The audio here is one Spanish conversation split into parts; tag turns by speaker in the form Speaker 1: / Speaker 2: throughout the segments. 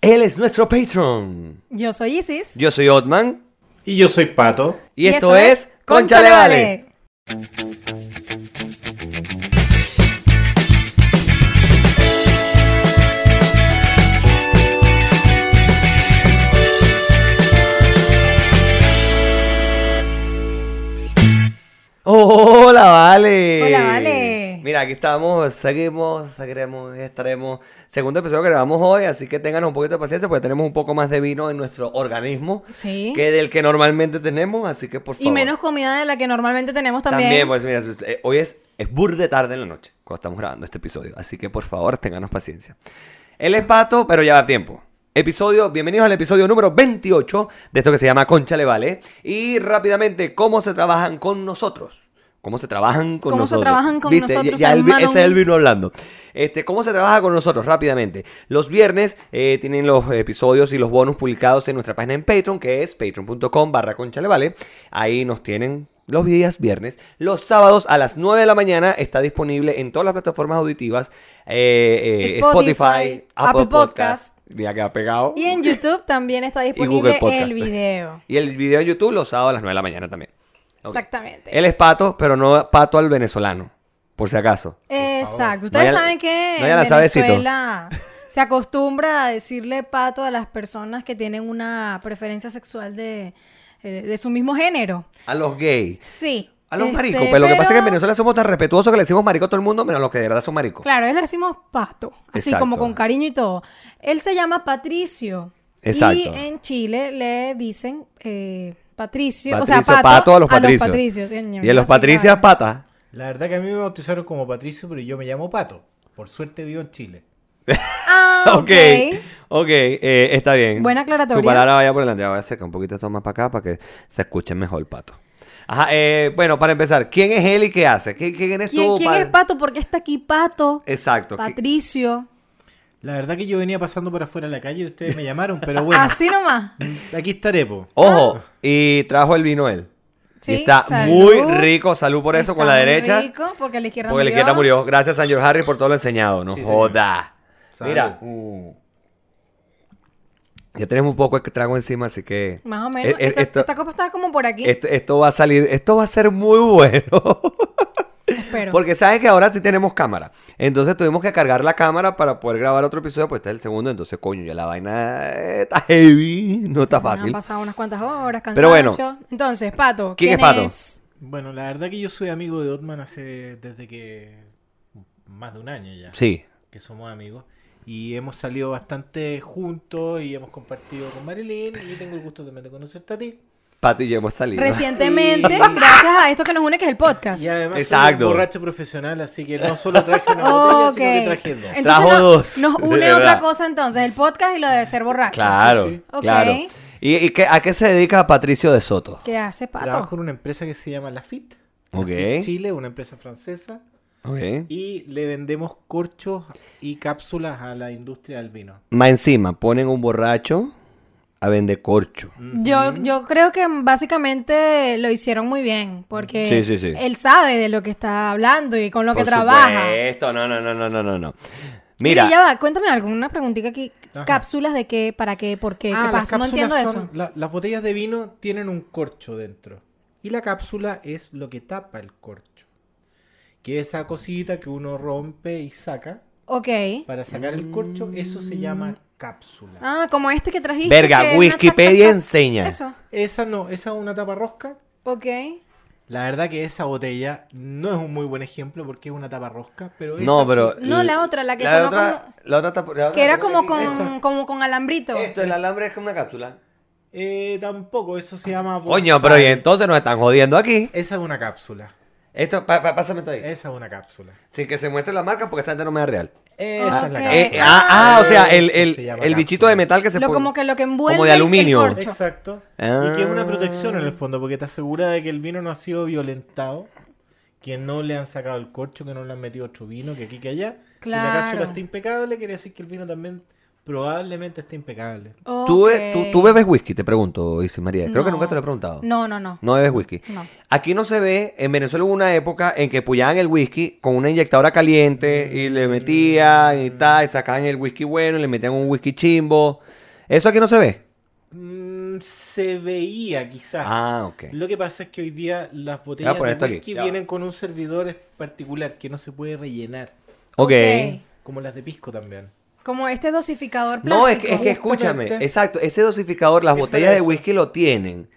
Speaker 1: Él es nuestro Patreon.
Speaker 2: Yo soy Isis.
Speaker 1: Yo soy Otman.
Speaker 3: Y yo soy Pato.
Speaker 1: Y, esto, es Concha
Speaker 2: le
Speaker 1: le Vale. Hola, Vale.
Speaker 2: Hola, Vale.
Speaker 1: Mira, aquí estamos, seguimos, seguiremos, estaremos. Segundo episodio que grabamos hoy, así que tengan un poquito de paciencia porque tenemos un poco más de vino en nuestro organismo
Speaker 2: Sí.
Speaker 1: que del que normalmente tenemos, así que por favor.
Speaker 2: Y menos comida de la que normalmente tenemos también.
Speaker 1: pues mira, si usted- eh, hoy es, es burde tarde en la noche cuando estamos grabando este episodio, así que por favor, tenganos paciencia. Él es pato, pero ya va tiempo. Episodio, bienvenidos al episodio número 28 de esto que se llama Concha le Vale. Y rápidamente, ¿cómo se trabajan con nosotros? ¿Cómo se trabajan con
Speaker 2: ¿Cómo se
Speaker 1: nosotros?
Speaker 2: trabajan con
Speaker 1: ¿Viste? Ya-
Speaker 2: nosotros,
Speaker 1: ya el vi-
Speaker 2: hermano?
Speaker 1: ese es el vino hablando. Este, ¿Cómo se trabaja con nosotros? Rápidamente. Los viernes eh, tienen los episodios y los bonus publicados en nuestra página en Patreon, que es patreon.com barra conchalevale. Ahí nos tienen los días viernes. Los sábados a las 9 de la mañana está disponible en todas las plataformas auditivas. eh, eh, Spotify,
Speaker 2: Spotify,
Speaker 1: Apple,
Speaker 2: Apple
Speaker 1: Podcast.
Speaker 2: Podcast.
Speaker 1: Mira que ha pegado.
Speaker 2: Y en YouTube también está
Speaker 1: Google
Speaker 2: disponible
Speaker 1: Podcast. eh.
Speaker 2: el video.
Speaker 1: Y el video en YouTube los sábados a las 9 de la mañana también. Ok.
Speaker 2: Exactamente.
Speaker 1: Él es pato, pero no pato al venezolano, por si acaso.
Speaker 2: Exacto.
Speaker 1: No,
Speaker 2: Ustedes
Speaker 1: ya-
Speaker 2: saben que
Speaker 1: no, ya
Speaker 2: en
Speaker 1: la sabe, Cito.
Speaker 2: Venezuela se acostumbra a decirle pato a las personas que tienen una preferencia sexual de, eh, de su mismo género.
Speaker 1: A los gays.
Speaker 2: Sí.
Speaker 1: A los
Speaker 2: Este,
Speaker 1: maricos, pero, lo que pasa es que en Venezuela somos tan respetuosos que le decimos marico a todo el mundo, menos a los que de verdad son maricos.
Speaker 2: Claro, a él le decimos pato, así
Speaker 1: Exacto.
Speaker 2: como con cariño y todo. Él se llama Patricio.
Speaker 1: Exacto.
Speaker 2: Y en Chile le dicen eh, Patricio,
Speaker 1: Patricio,
Speaker 2: o sea, pato,
Speaker 1: pato a los patricios.
Speaker 2: señor,
Speaker 1: y a los
Speaker 2: así, claro.
Speaker 1: patricias, patas.
Speaker 3: La verdad que a mí me bautizaron como Patricio, pero yo me llamo Pato. Por suerte vivo en Chile.
Speaker 2: Ah,
Speaker 1: Ok.
Speaker 2: ok.
Speaker 1: Ok, eh, está bien.
Speaker 2: Buena aclaratoria.
Speaker 1: Su palabra vaya por delante. Voy a acercar un poquito esto más para acá para que se escuche mejor el pato. Ajá, eh, bueno, para empezar, ¿quién es él y qué hace? ¿Qui- ¿Quién, eres
Speaker 2: ¿Quién,
Speaker 1: tú?
Speaker 2: quién
Speaker 1: pa-
Speaker 2: es pato? ¿Por qué está aquí pato?
Speaker 1: Exacto. ¿qui-
Speaker 2: Patricio.
Speaker 3: La verdad que yo venía pasando por afuera de la calle y ustedes me llamaron, pero bueno.
Speaker 2: Así nomás.
Speaker 3: Aquí estaré, po.
Speaker 1: Ojo, y trajo el vino él.
Speaker 2: Sí,
Speaker 1: y está
Speaker 2: salud.
Speaker 1: muy rico, salud por eso, con
Speaker 2: Está
Speaker 1: la
Speaker 2: muy
Speaker 1: derecha.
Speaker 2: rico, porque la izquierda
Speaker 1: Porque la
Speaker 2: murió.
Speaker 1: izquierda murió. Gracias, San George Harry, por todo lo enseñado. No
Speaker 3: Sí, señor.
Speaker 1: joda.
Speaker 3: Salud. uh.
Speaker 1: Mira. mm. Ya tenemos un poco de trago encima, así que.
Speaker 2: Más o menos.
Speaker 1: Eh, eh,
Speaker 2: esta,
Speaker 1: esto,
Speaker 2: esta copa está como por aquí.
Speaker 1: esto- esto va a salir. Esto va a ser muy bueno.
Speaker 2: espero.
Speaker 1: Porque sabes que ahora sí tenemos cámara. Entonces tuvimos que cargar la cámara para poder grabar otro episodio. Pues este es el segundo. Entonces, coño, ya la vaina eh, está heavy. No está
Speaker 2: Han
Speaker 1: fácil.
Speaker 2: pasado unas cuantas horas, cansancio.
Speaker 1: Pero bueno.
Speaker 2: Entonces, pato.
Speaker 1: ¿Quién es Pato?
Speaker 3: Bueno, la verdad que yo soy amigo de Otman hace desde que más de un año ya.
Speaker 1: Sí.
Speaker 3: Que somos amigos. Y hemos salido bastante juntos y hemos compartido con Marilyn. Y tengo el gusto también de conocerte a ti.
Speaker 1: Pato y yo hemos salido.
Speaker 2: Recientemente, gracias a esto que nos une, que es el podcast.
Speaker 3: Y además soy
Speaker 1: Exacto.
Speaker 3: un borracho profesional, así que no solo traje una botella,
Speaker 2: Ok.
Speaker 3: sino que traje dos.
Speaker 2: Entonces
Speaker 1: Trajo
Speaker 2: nos,
Speaker 1: dos,
Speaker 2: nos
Speaker 1: de
Speaker 2: une
Speaker 1: verdad.
Speaker 2: otra cosa entonces, el podcast y lo de ser borracho.
Speaker 1: Claro.
Speaker 3: Sí, sí.
Speaker 2: Ok.
Speaker 1: claro. ¿Y, y qué- a qué se dedica Patricio de Soto?
Speaker 2: ¿Qué hace Pato?
Speaker 3: Trabajo en una empresa que se llama Lafite.
Speaker 1: Ok.
Speaker 3: Lafite Chile, una empresa francesa.
Speaker 1: Ok.
Speaker 3: Y le vendemos corchos y cápsulas a la industria del vino.
Speaker 1: Más encima, ponen un borracho a vender corcho.
Speaker 2: Yo, yo creo que básicamente lo hicieron muy bien, porque
Speaker 1: Sí, sí, sí.
Speaker 2: él sabe de lo que está hablando y con lo
Speaker 1: Por
Speaker 2: que trabaja.
Speaker 1: supuesto, no, no, no, no, no, no, no.
Speaker 2: Mira,
Speaker 1: Mira,
Speaker 2: ya va, cuéntame algo, una preguntita aquí.
Speaker 3: Ajá.
Speaker 2: Cápsulas de qué, para qué, por qué,
Speaker 3: Ah,
Speaker 2: qué
Speaker 3: las
Speaker 2: pasa. No
Speaker 3: cápsulas
Speaker 2: entiendo eso.
Speaker 3: son- la- las botellas de vino tienen un corcho dentro. Y la cápsula es lo que tapa el corcho. Que esa cosita que uno rompe y saca.
Speaker 2: Ok.
Speaker 3: Para sacar el corcho, eso se llama cápsula.
Speaker 2: Ah, como este que trajiste.
Speaker 1: Verga,
Speaker 2: que es una
Speaker 1: Wikipedia
Speaker 2: tac, tac, tac.
Speaker 1: enseña.
Speaker 2: Eso.
Speaker 3: Esa no, esa es una tapa rosca.
Speaker 2: Ok.
Speaker 3: La verdad que esa botella no es un muy buen ejemplo porque es una tapa rosca, pero esa-
Speaker 1: No, pero...
Speaker 2: No, la otra, la que sonó
Speaker 1: otra,
Speaker 2: como-
Speaker 1: La otra tapa- la otra
Speaker 2: Que era
Speaker 1: tapa-
Speaker 2: como con,
Speaker 3: Esa.
Speaker 2: como con alambrito.
Speaker 1: Esto, el alambre es como una cápsula.
Speaker 3: Eh, tampoco, eso se llama.
Speaker 1: Coño,
Speaker 3: bonsai.
Speaker 1: pero y entonces nos están jodiendo aquí.
Speaker 3: Esa es una cápsula.
Speaker 1: Esto, pa- pa- pásame esto ahí.
Speaker 3: Esa es una cápsula.
Speaker 1: Sin que se muestre la marca porque esa gente no me da real.
Speaker 3: Esa es
Speaker 2: Ah,
Speaker 3: la
Speaker 2: Ok.
Speaker 3: cápsula.
Speaker 1: Eh, eh, ah, ah, o sea, el,
Speaker 3: Eso
Speaker 1: el,
Speaker 3: se llama
Speaker 1: el bichito
Speaker 3: cápsula.
Speaker 1: de metal que se
Speaker 2: Lo,
Speaker 1: pone-
Speaker 2: como que lo que envuelve
Speaker 1: de
Speaker 2: el- el
Speaker 1: aluminio.
Speaker 2: corcho.
Speaker 3: Exacto.
Speaker 1: Ah.
Speaker 3: Y que es una protección en el fondo, porque te asegura de que el vino no ha sido violentado, que no le han sacado el corcho, que no le han metido otro vino, que aquí que allá. Si la
Speaker 2: Claro.
Speaker 3: cápsula está impecable, quiere decir que el vino también probablemente está impecable.
Speaker 1: ¿Tú,
Speaker 2: Ok.
Speaker 1: be- tú- tú bebes whisky? Te pregunto, Isis María. Creo que
Speaker 2: No.
Speaker 1: nunca te lo he preguntado.
Speaker 2: No, no, no.
Speaker 1: No bebes whisky.
Speaker 2: No.
Speaker 1: Aquí no se ve, en Venezuela hubo una época en que puyaban el whisky con una inyectadora caliente y le metían y tal, y sacaban el whisky bueno y le metían un whisky chimbo. Eso aquí no se ve.
Speaker 3: Mm, se veía quizás.
Speaker 1: Ah, ok.
Speaker 3: Lo que pasa es que hoy día las
Speaker 1: Voy
Speaker 3: botellas
Speaker 1: a poner esto
Speaker 3: de
Speaker 1: aquí.
Speaker 3: whisky
Speaker 1: Ya va.
Speaker 3: vienen con un servidor particular que no se puede rellenar,
Speaker 1: Ok.
Speaker 3: como las de pisco también.
Speaker 2: Como este dosificador plástico.
Speaker 1: No, es que, es que escúchame,
Speaker 2: este.
Speaker 3: Justamente.
Speaker 1: exacto, ese dosificador, las
Speaker 3: Es para
Speaker 1: botellas de
Speaker 3: eso.
Speaker 1: whisky lo tienen.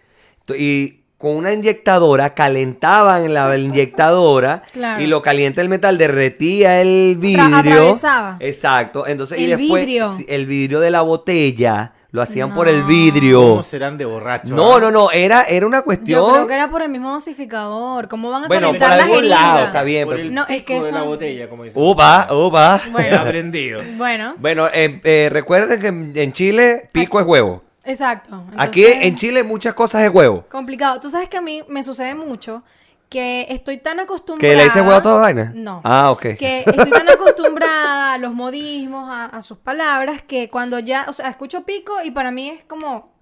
Speaker 1: T- Y con una inyectadora calentaban la inyectadora
Speaker 2: Claro.
Speaker 1: y lo calienta el metal, derretía el vidrio.
Speaker 2: Tra- atravesaba.
Speaker 1: Exacto, entonces y
Speaker 2: El
Speaker 1: después
Speaker 2: vidrio.
Speaker 1: si- el vidrio de la botella lo hacían por el
Speaker 2: No.
Speaker 1: vidrio.
Speaker 3: ¿Cómo serán de borracho?
Speaker 1: No,
Speaker 3: ah?
Speaker 1: no, no, era era una
Speaker 2: Yo creo
Speaker 1: cuestión
Speaker 2: que era por el mismo dosificador. ¿Cómo van a
Speaker 1: Bueno,
Speaker 2: calentar
Speaker 1: por
Speaker 2: la
Speaker 1: algún
Speaker 2: jeringa?
Speaker 1: lado, está bien,
Speaker 3: Por
Speaker 1: pero-
Speaker 3: el
Speaker 2: No, es
Speaker 3: pico
Speaker 2: que
Speaker 3: de la
Speaker 2: son-
Speaker 3: botella, como dicen.
Speaker 1: Upa, upa.
Speaker 3: He
Speaker 2: Bueno,
Speaker 3: aprendido.
Speaker 2: bueno,
Speaker 1: Bueno, eh, eh, recuerden que en en Chile pico es huevo.
Speaker 2: exacto.
Speaker 1: Aquí
Speaker 2: Entonces-
Speaker 1: en Chile muchas cosas es huevo.
Speaker 2: Complicado. Tú sabes que a mí me sucede mucho que estoy tan acostumbrada.
Speaker 1: ¿Que le dices huevo a toda vaina?
Speaker 2: No.
Speaker 1: Ah, ok.
Speaker 2: Que estoy tan acostumbrada a los modismos, a, a sus palabras, que cuando ya, o sea, escucho pico y para mí es como.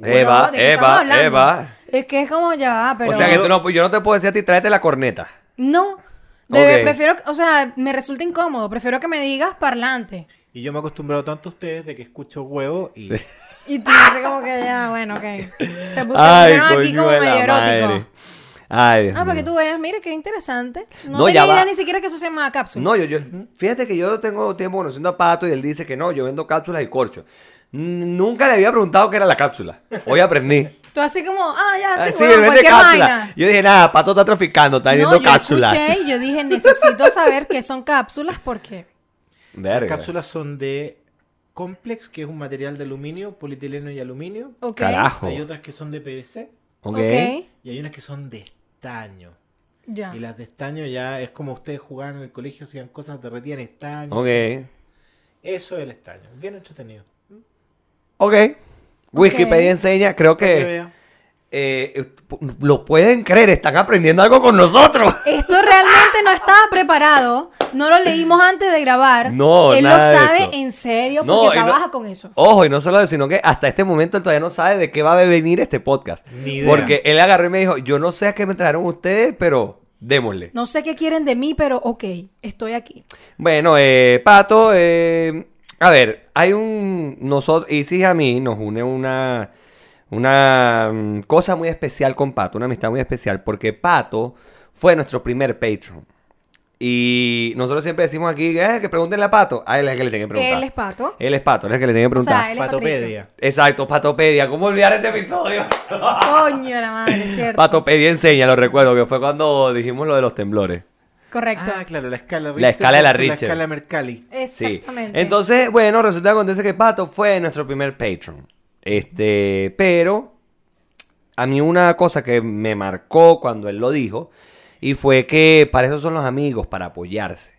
Speaker 1: Eva,
Speaker 2: "Bueno, ¿de
Speaker 1: Eva,
Speaker 2: qué estamos hablando?".
Speaker 1: Eva.
Speaker 2: Es que es como ya, va, pero.
Speaker 1: O sea que tú no, yo no te puedo decir a ti, tráete la corneta.
Speaker 2: No. de-
Speaker 1: Ok.
Speaker 2: Prefiero, o sea, me resulta incómodo. Prefiero que me digas parlante.
Speaker 3: Y yo me he acostumbrado tanto a ustedes de que escucho huevo y
Speaker 2: Y tú dices como que ya, bueno, ok.
Speaker 1: Pues,
Speaker 2: Se pus- se pusieron aquí como
Speaker 1: coño de la
Speaker 2: medio
Speaker 1: madre.
Speaker 2: erótico.
Speaker 1: Ay, Dios
Speaker 2: Ah, para que
Speaker 1: mío.
Speaker 2: tú veas, mira, qué interesante. No,
Speaker 1: No, ya
Speaker 2: tenía idea
Speaker 1: va.
Speaker 2: ni siquiera que eso se llama cápsula.
Speaker 1: No, yo, yo, fíjate que yo tengo tiempo conociendo a Pato y él dice que no, yo vendo cápsulas y corcho. N- Nunca le había preguntado qué era la cápsula. Hoy aprendí.
Speaker 2: Tú así como, ah, ya,
Speaker 1: Ah,
Speaker 2: sí,
Speaker 1: sí,
Speaker 2: bueno,
Speaker 1: vende
Speaker 2: cualquier
Speaker 1: cápsula.
Speaker 2: vaina.
Speaker 1: Yo dije, nada, Pato está traficando, está vendiendo
Speaker 2: yo
Speaker 1: cápsulas.
Speaker 2: escuché y yo dije, necesito saber qué son cápsulas porque...
Speaker 1: Verga.
Speaker 3: Las cápsulas son de complex, que es un material de aluminio, polietileno y aluminio.
Speaker 2: ok,
Speaker 1: Carajo.
Speaker 3: Hay otras que son de PVC
Speaker 1: Ok.
Speaker 2: ok,
Speaker 3: y hay unas que son de estaño.
Speaker 2: ya.
Speaker 3: Y las de estaño ya es como ustedes jugaban en el colegio, hacían cosas, derretían estaño.
Speaker 1: Ok.
Speaker 3: Eso es el estaño. Bien entretenido.
Speaker 1: Ok. Wikipedia enseña, creo
Speaker 3: Para que
Speaker 1: que
Speaker 3: vean.
Speaker 1: eh, lo pueden creer, están aprendiendo algo con nosotros.
Speaker 2: Esto realmente no estaba preparado, no lo leímos antes de grabar.
Speaker 1: No,
Speaker 2: Él
Speaker 1: nada de
Speaker 2: lo sabe
Speaker 1: eso.
Speaker 2: en serio
Speaker 1: No,
Speaker 2: porque
Speaker 1: y no-
Speaker 2: trabaja con eso.
Speaker 1: Ojo, y no solo eso, sino que hasta este momento él todavía no sabe de qué va a venir este podcast.
Speaker 3: Ni idea.
Speaker 1: Porque él agarró y me dijo, yo no sé a qué me trajeron ustedes, pero démosle.
Speaker 2: No sé qué quieren de mí, pero ok, estoy aquí.
Speaker 1: Bueno, eh, Pato, eh, a ver, hay un... Nosotros, Isis y a mí nos une una, una mm, cosa muy especial con Pato, una amistad muy especial, porque Pato fue nuestro primer Patreon. Y nosotros siempre decimos aquí, "Eh, que pregúntenle a Pato. A él es el que le tienen que preguntar.
Speaker 2: Él es pato.
Speaker 1: Él es Pato, él es el que le tienen que
Speaker 2: O
Speaker 1: preguntar.
Speaker 2: sea, él es
Speaker 3: Patopedia.
Speaker 1: Exacto, Patopedia. ¿Cómo olvidar este episodio?
Speaker 2: Patricio. Coño, la madre, ¿cierto?
Speaker 1: Patopedia enseña, lo recuerdo, que fue cuando dijimos lo de los temblores.
Speaker 2: Correcto.
Speaker 3: Ah, claro, la escala Richter.
Speaker 1: La escala de la
Speaker 3: versus
Speaker 1: Richter.
Speaker 3: La escala Mercalli.
Speaker 1: Sí.
Speaker 2: Exactamente.
Speaker 1: Entonces, bueno, resulta que acontece que Pato fue nuestro primer Patreon. Este, pero a mí una cosa que me marcó cuando él lo dijo y fue que para eso son los amigos, para apoyarse.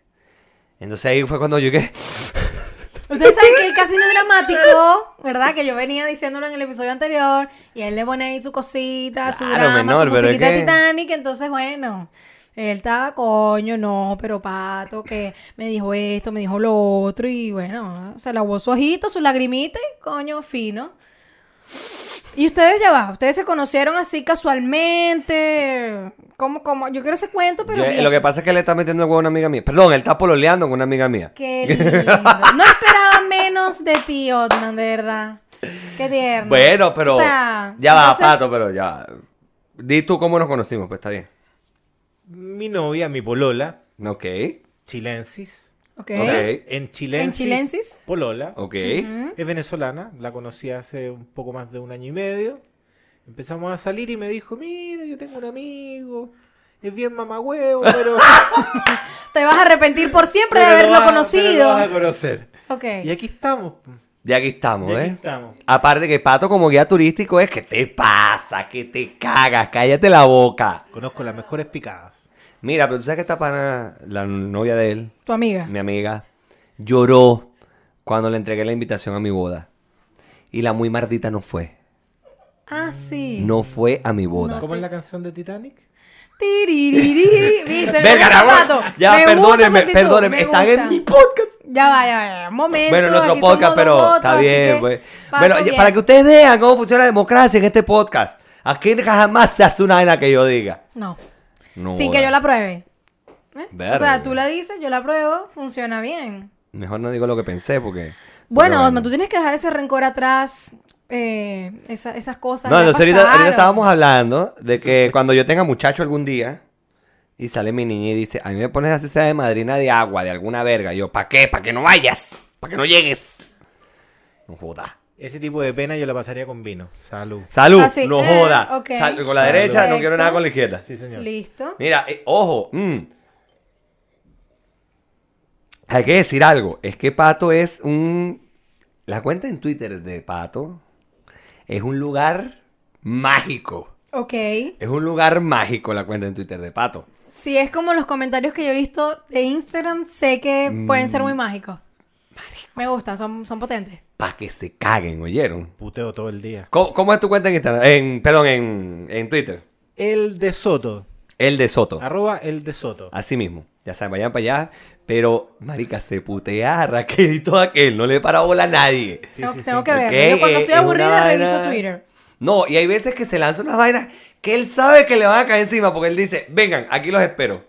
Speaker 1: Entonces ahí fue cuando yo que
Speaker 2: Ustedes saben que el casino es dramático, ¿verdad? Que yo venía diciéndolo en el episodio anterior y él le pone ahí su cosita, su
Speaker 1: Claro,
Speaker 2: drama,
Speaker 1: menor,
Speaker 2: su
Speaker 1: pero es
Speaker 2: musiquita de
Speaker 1: que-
Speaker 2: Titanic, entonces bueno, él estaba, coño, no, pero pato, que me dijo esto, me dijo lo otro y bueno, se lavó su ojito, su lagrimita y coño, fino. Y ustedes ya va, ustedes se conocieron así casualmente, como, como, yo quiero ese cuento, pero...
Speaker 1: yo-
Speaker 2: bien.
Speaker 1: lo que pasa es que le está metiendo el huevo a una amiga mía. Perdón, él está pololeando con una amiga mía.
Speaker 2: Qué lindo. No esperaba menos de ti, Otman, de verdad. Qué tierno.
Speaker 1: Bueno, pero
Speaker 2: O sea,
Speaker 1: ya va,
Speaker 2: entonces,
Speaker 1: Pato, pero ya. va. Di tú cómo nos conocimos, pues está bien.
Speaker 3: Mi novia, mi polola,
Speaker 1: Ok.
Speaker 3: chilensis. ¿Eh?
Speaker 2: Ok.
Speaker 1: o sea, Ok.
Speaker 3: En chilensis.
Speaker 2: En chilensis. ¿Mm?
Speaker 3: Polola.
Speaker 1: Ok.
Speaker 3: Es venezolana, la conocí hace un poco más de un año y medio. Empezamos a salir y me dijo, mira, yo tengo un amigo, es bien mamagüeo, pero...
Speaker 2: Te vas a arrepentir por siempre
Speaker 3: pero
Speaker 2: de
Speaker 3: lo
Speaker 2: haberlo
Speaker 3: vas a- pero lo
Speaker 2: conocido.
Speaker 3: vas a conocer.
Speaker 2: Ok.
Speaker 3: Y aquí estamos. po.
Speaker 1: Ya aquí estamos,
Speaker 3: Y aquí
Speaker 1: ¿eh?
Speaker 3: estamos.
Speaker 1: Aparte que Pato como guía turístico es que te pasa, que te cagas, cállate la boca.
Speaker 3: Conozco las mejores picadas.
Speaker 1: Mira, pero tú sabes que esta pana, la novia de él,
Speaker 2: Tu amiga.
Speaker 1: mi amiga, lloró cuando le entregué la invitación a mi boda. Y la muy mardita no fue.
Speaker 2: Ah, sí.
Speaker 1: No fue a mi boda.
Speaker 3: ¿Cómo es la canción de Titanic?
Speaker 2: Tiriririri. Viste, me
Speaker 1: Verga,
Speaker 2: gusta,
Speaker 1: la
Speaker 2: Pato.
Speaker 1: boda. Ya,
Speaker 2: Me gusta su
Speaker 1: perdónenme,
Speaker 2: actitud,
Speaker 1: perdónenme.
Speaker 2: me
Speaker 1: Están
Speaker 2: gusta.
Speaker 1: en mi podcast.
Speaker 2: Ya va, ya va, ya va. Un momento.
Speaker 1: Bueno, en otro
Speaker 2: aquí somos
Speaker 1: podcast,
Speaker 2: dos
Speaker 1: pero
Speaker 2: votos,
Speaker 1: está
Speaker 2: así
Speaker 1: bien,
Speaker 2: que,
Speaker 1: pues.
Speaker 2: Pato,
Speaker 1: Bueno, ya-
Speaker 2: bien.
Speaker 1: para que ustedes vean cómo funciona la democracia en este podcast. Aquí jamás se hace una vaina que yo diga.
Speaker 2: No.
Speaker 1: No
Speaker 2: Sin
Speaker 1: joda.
Speaker 2: que yo la pruebe. ¿Eh? O
Speaker 1: Verga.
Speaker 2: sea, tú la dices, yo la pruebo, funciona bien.
Speaker 1: Mejor no digo lo que pensé porque
Speaker 2: Bueno,
Speaker 1: bueno.
Speaker 2: tú tienes que dejar ese rencor atrás, eh, esa- esas cosas.
Speaker 1: No,
Speaker 2: ya
Speaker 1: entonces ahorita, ahorita
Speaker 2: pasaron.
Speaker 1: estábamos hablando de que cuando yo tenga muchacho algún día y sale mi niña y dice, a mí me pones así sea de madrina de agua, de alguna verga. Y yo, ¿para qué? ¿Para que no vayas? ¿Para que no llegues? No joda.
Speaker 3: Ese tipo de pena yo la pasaría con vino. Salud.
Speaker 1: Salud,
Speaker 2: Ah, sí.
Speaker 1: no
Speaker 2: Eh,
Speaker 1: joda.
Speaker 2: ok.
Speaker 1: Sal- con la
Speaker 3: Salud.
Speaker 1: derecha, no quiero nada
Speaker 2: Perfecto.
Speaker 1: con la izquierda.
Speaker 3: Sí, señor.
Speaker 2: Listo.
Speaker 1: Mira, eh, ojo. mm. Hay que decir algo. Es que Pato es un... La cuenta en Twitter de Pato es un lugar mágico.
Speaker 2: Ok.
Speaker 1: Es un lugar mágico la cuenta en Twitter de Pato.
Speaker 2: Si es como los comentarios que yo he visto de Instagram, sé que pueden ser
Speaker 1: Mm.
Speaker 2: muy mágicos. Me gustan, son, son potentes.
Speaker 1: Para que se caguen, ¿oyeron?
Speaker 3: Puteo todo el día.
Speaker 1: ¿Cómo, cómo es tu cuenta en Instagram? En, perdón, en, en Twitter.
Speaker 3: El de Soto.
Speaker 1: El de Soto.
Speaker 3: Arroba el de Soto.
Speaker 2: Ah.
Speaker 1: Así mismo. Ya saben, vayan para allá. Pero, marica, se putea a Raquel y todo aquel. No le para bola a nadie.
Speaker 3: Sí,
Speaker 2: tengo
Speaker 3: sí,
Speaker 2: tengo
Speaker 3: sí.
Speaker 2: que ver.
Speaker 1: Ok,
Speaker 2: Yo cuando
Speaker 1: es-
Speaker 2: estoy
Speaker 1: es
Speaker 2: aburrida
Speaker 1: una
Speaker 2: reviso
Speaker 1: vaina-
Speaker 2: Twitter.
Speaker 1: No, y hay veces que se lanza unas vainas que él sabe que le van a caer encima porque él dice, vengan, aquí los espero.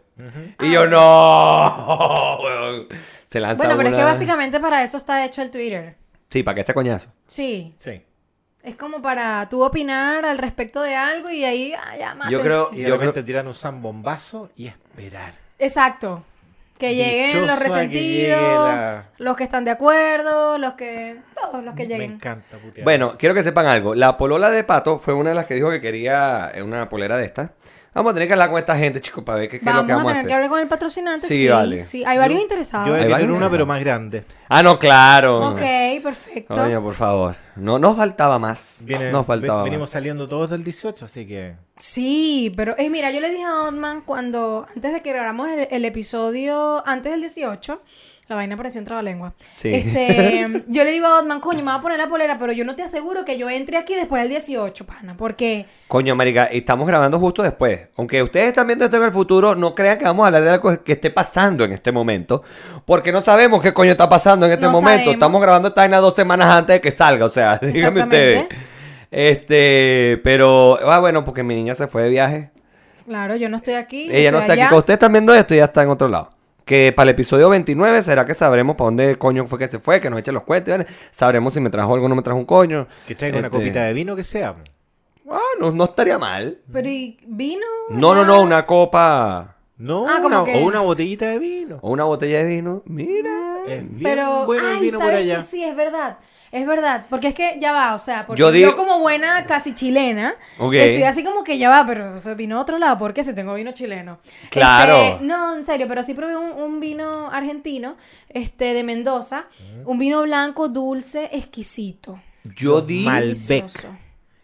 Speaker 1: Y yo,
Speaker 3: Ah.
Speaker 1: no. weón". Se lanza
Speaker 2: Bueno, pero es que
Speaker 1: una-
Speaker 2: básicamente para eso está hecho el Twitter.
Speaker 1: Sí, para que sea coñazo.
Speaker 2: Sí.
Speaker 3: Sí.
Speaker 2: Es como para tú opinar al respecto de algo y ahí ah, ya mates.
Speaker 1: Yo creo...
Speaker 3: Y de
Speaker 1: yo creo-
Speaker 3: repente tiran un zambombazo y esperar.
Speaker 2: Exacto. Que lleguen los
Speaker 3: Dichosa que
Speaker 2: resentidos,
Speaker 3: llegue la-
Speaker 2: los que están de acuerdo, los que. Todos los que
Speaker 3: Me
Speaker 2: lleguen.
Speaker 3: encanta putear.
Speaker 1: Bueno, quiero que sepan algo. La polola de Pato fue una de las que dijo que quería eh, una polera de estas. Vamos a tener que hablar con esta gente, chicos, para ver qué, qué es lo
Speaker 2: Vamos
Speaker 1: que
Speaker 2: a
Speaker 1: vamos a
Speaker 2: tener
Speaker 1: hacer.
Speaker 2: que hablar con el patrocinante.
Speaker 1: Sí,
Speaker 2: Sí,
Speaker 1: vale.
Speaker 2: sí. Hay varios
Speaker 3: Yo
Speaker 2: interesados.
Speaker 1: Ahí
Speaker 3: he
Speaker 1: va el
Speaker 3: tener una,
Speaker 1: interesado.
Speaker 3: pero más grande.
Speaker 1: Ah, no, claro.
Speaker 2: Ok, perfecto.
Speaker 1: Coño, por favor. No nos faltaba más.
Speaker 3: Viene-
Speaker 1: nos faltaba
Speaker 3: ve-
Speaker 1: más.
Speaker 3: venimos saliendo todos del 18, así que.
Speaker 2: Sí, pero eh, mira, yo le dije a Otman cuando, antes de que grabamos el, el episodio, antes del 18, la vaina pareció en trabalengua.
Speaker 1: Sí.
Speaker 2: Este, yo le digo a Otman, coño, me va a poner la polera, pero yo no te aseguro que yo entre aquí después del 18, pana, porque
Speaker 1: Coño, marica, estamos grabando justo después. Aunque ustedes están viendo esto en el futuro, no crean que vamos a hablar de algo que esté pasando en este momento. Porque no sabemos qué coño está pasando en este
Speaker 2: No
Speaker 1: momento.
Speaker 2: sabemos.
Speaker 1: Estamos grabando esta vaina dos semanas antes de que salga. O sea, díganme
Speaker 2: Exactamente.
Speaker 1: ustedes. Este, pero, ah, bueno, porque mi niña se fue de viaje.
Speaker 2: claro, yo no estoy aquí.
Speaker 1: Ella no está
Speaker 2: estoy
Speaker 1: aquí.
Speaker 2: allá.
Speaker 1: Cuando ustedes están viendo esto, ya está en otro lado. Que para el episodio 29, ¿será que sabremos para dónde coño fue que se fue? Que nos echen los cuentos. ¿vale? Sabremos si me trajo algo o no me trajo un coño.
Speaker 3: Que traiga una
Speaker 1: Este,
Speaker 3: copita de vino que sea.
Speaker 1: Ah, no, no estaría mal.
Speaker 2: Pero ¿y vino?
Speaker 1: No, no,
Speaker 2: Ya.
Speaker 1: no, una copa
Speaker 3: No,
Speaker 2: Ah, como
Speaker 3: una-
Speaker 2: que-
Speaker 3: o una botellita de vino.
Speaker 1: o una botella de vino. Mira.
Speaker 3: Es bien
Speaker 2: Pero,
Speaker 3: bueno el
Speaker 2: ay,
Speaker 3: vino por
Speaker 2: ¿sabes
Speaker 3: allá.
Speaker 2: que sí? Es verdad. Es verdad, porque es que ya va, o sea, porque
Speaker 1: Yo
Speaker 2: yo,
Speaker 1: digo-
Speaker 2: como buena casi chilena,
Speaker 1: Ok.
Speaker 2: estoy así como que ya va, pero o sea, vino a otro lado, porque si tengo vino chileno.
Speaker 1: Claro.
Speaker 2: Este, no, en serio, pero sí probé un, un vino argentino, este, de Mendoza, un vino blanco dulce, exquisito.
Speaker 1: Yo di.
Speaker 3: mal-
Speaker 2: delicioso.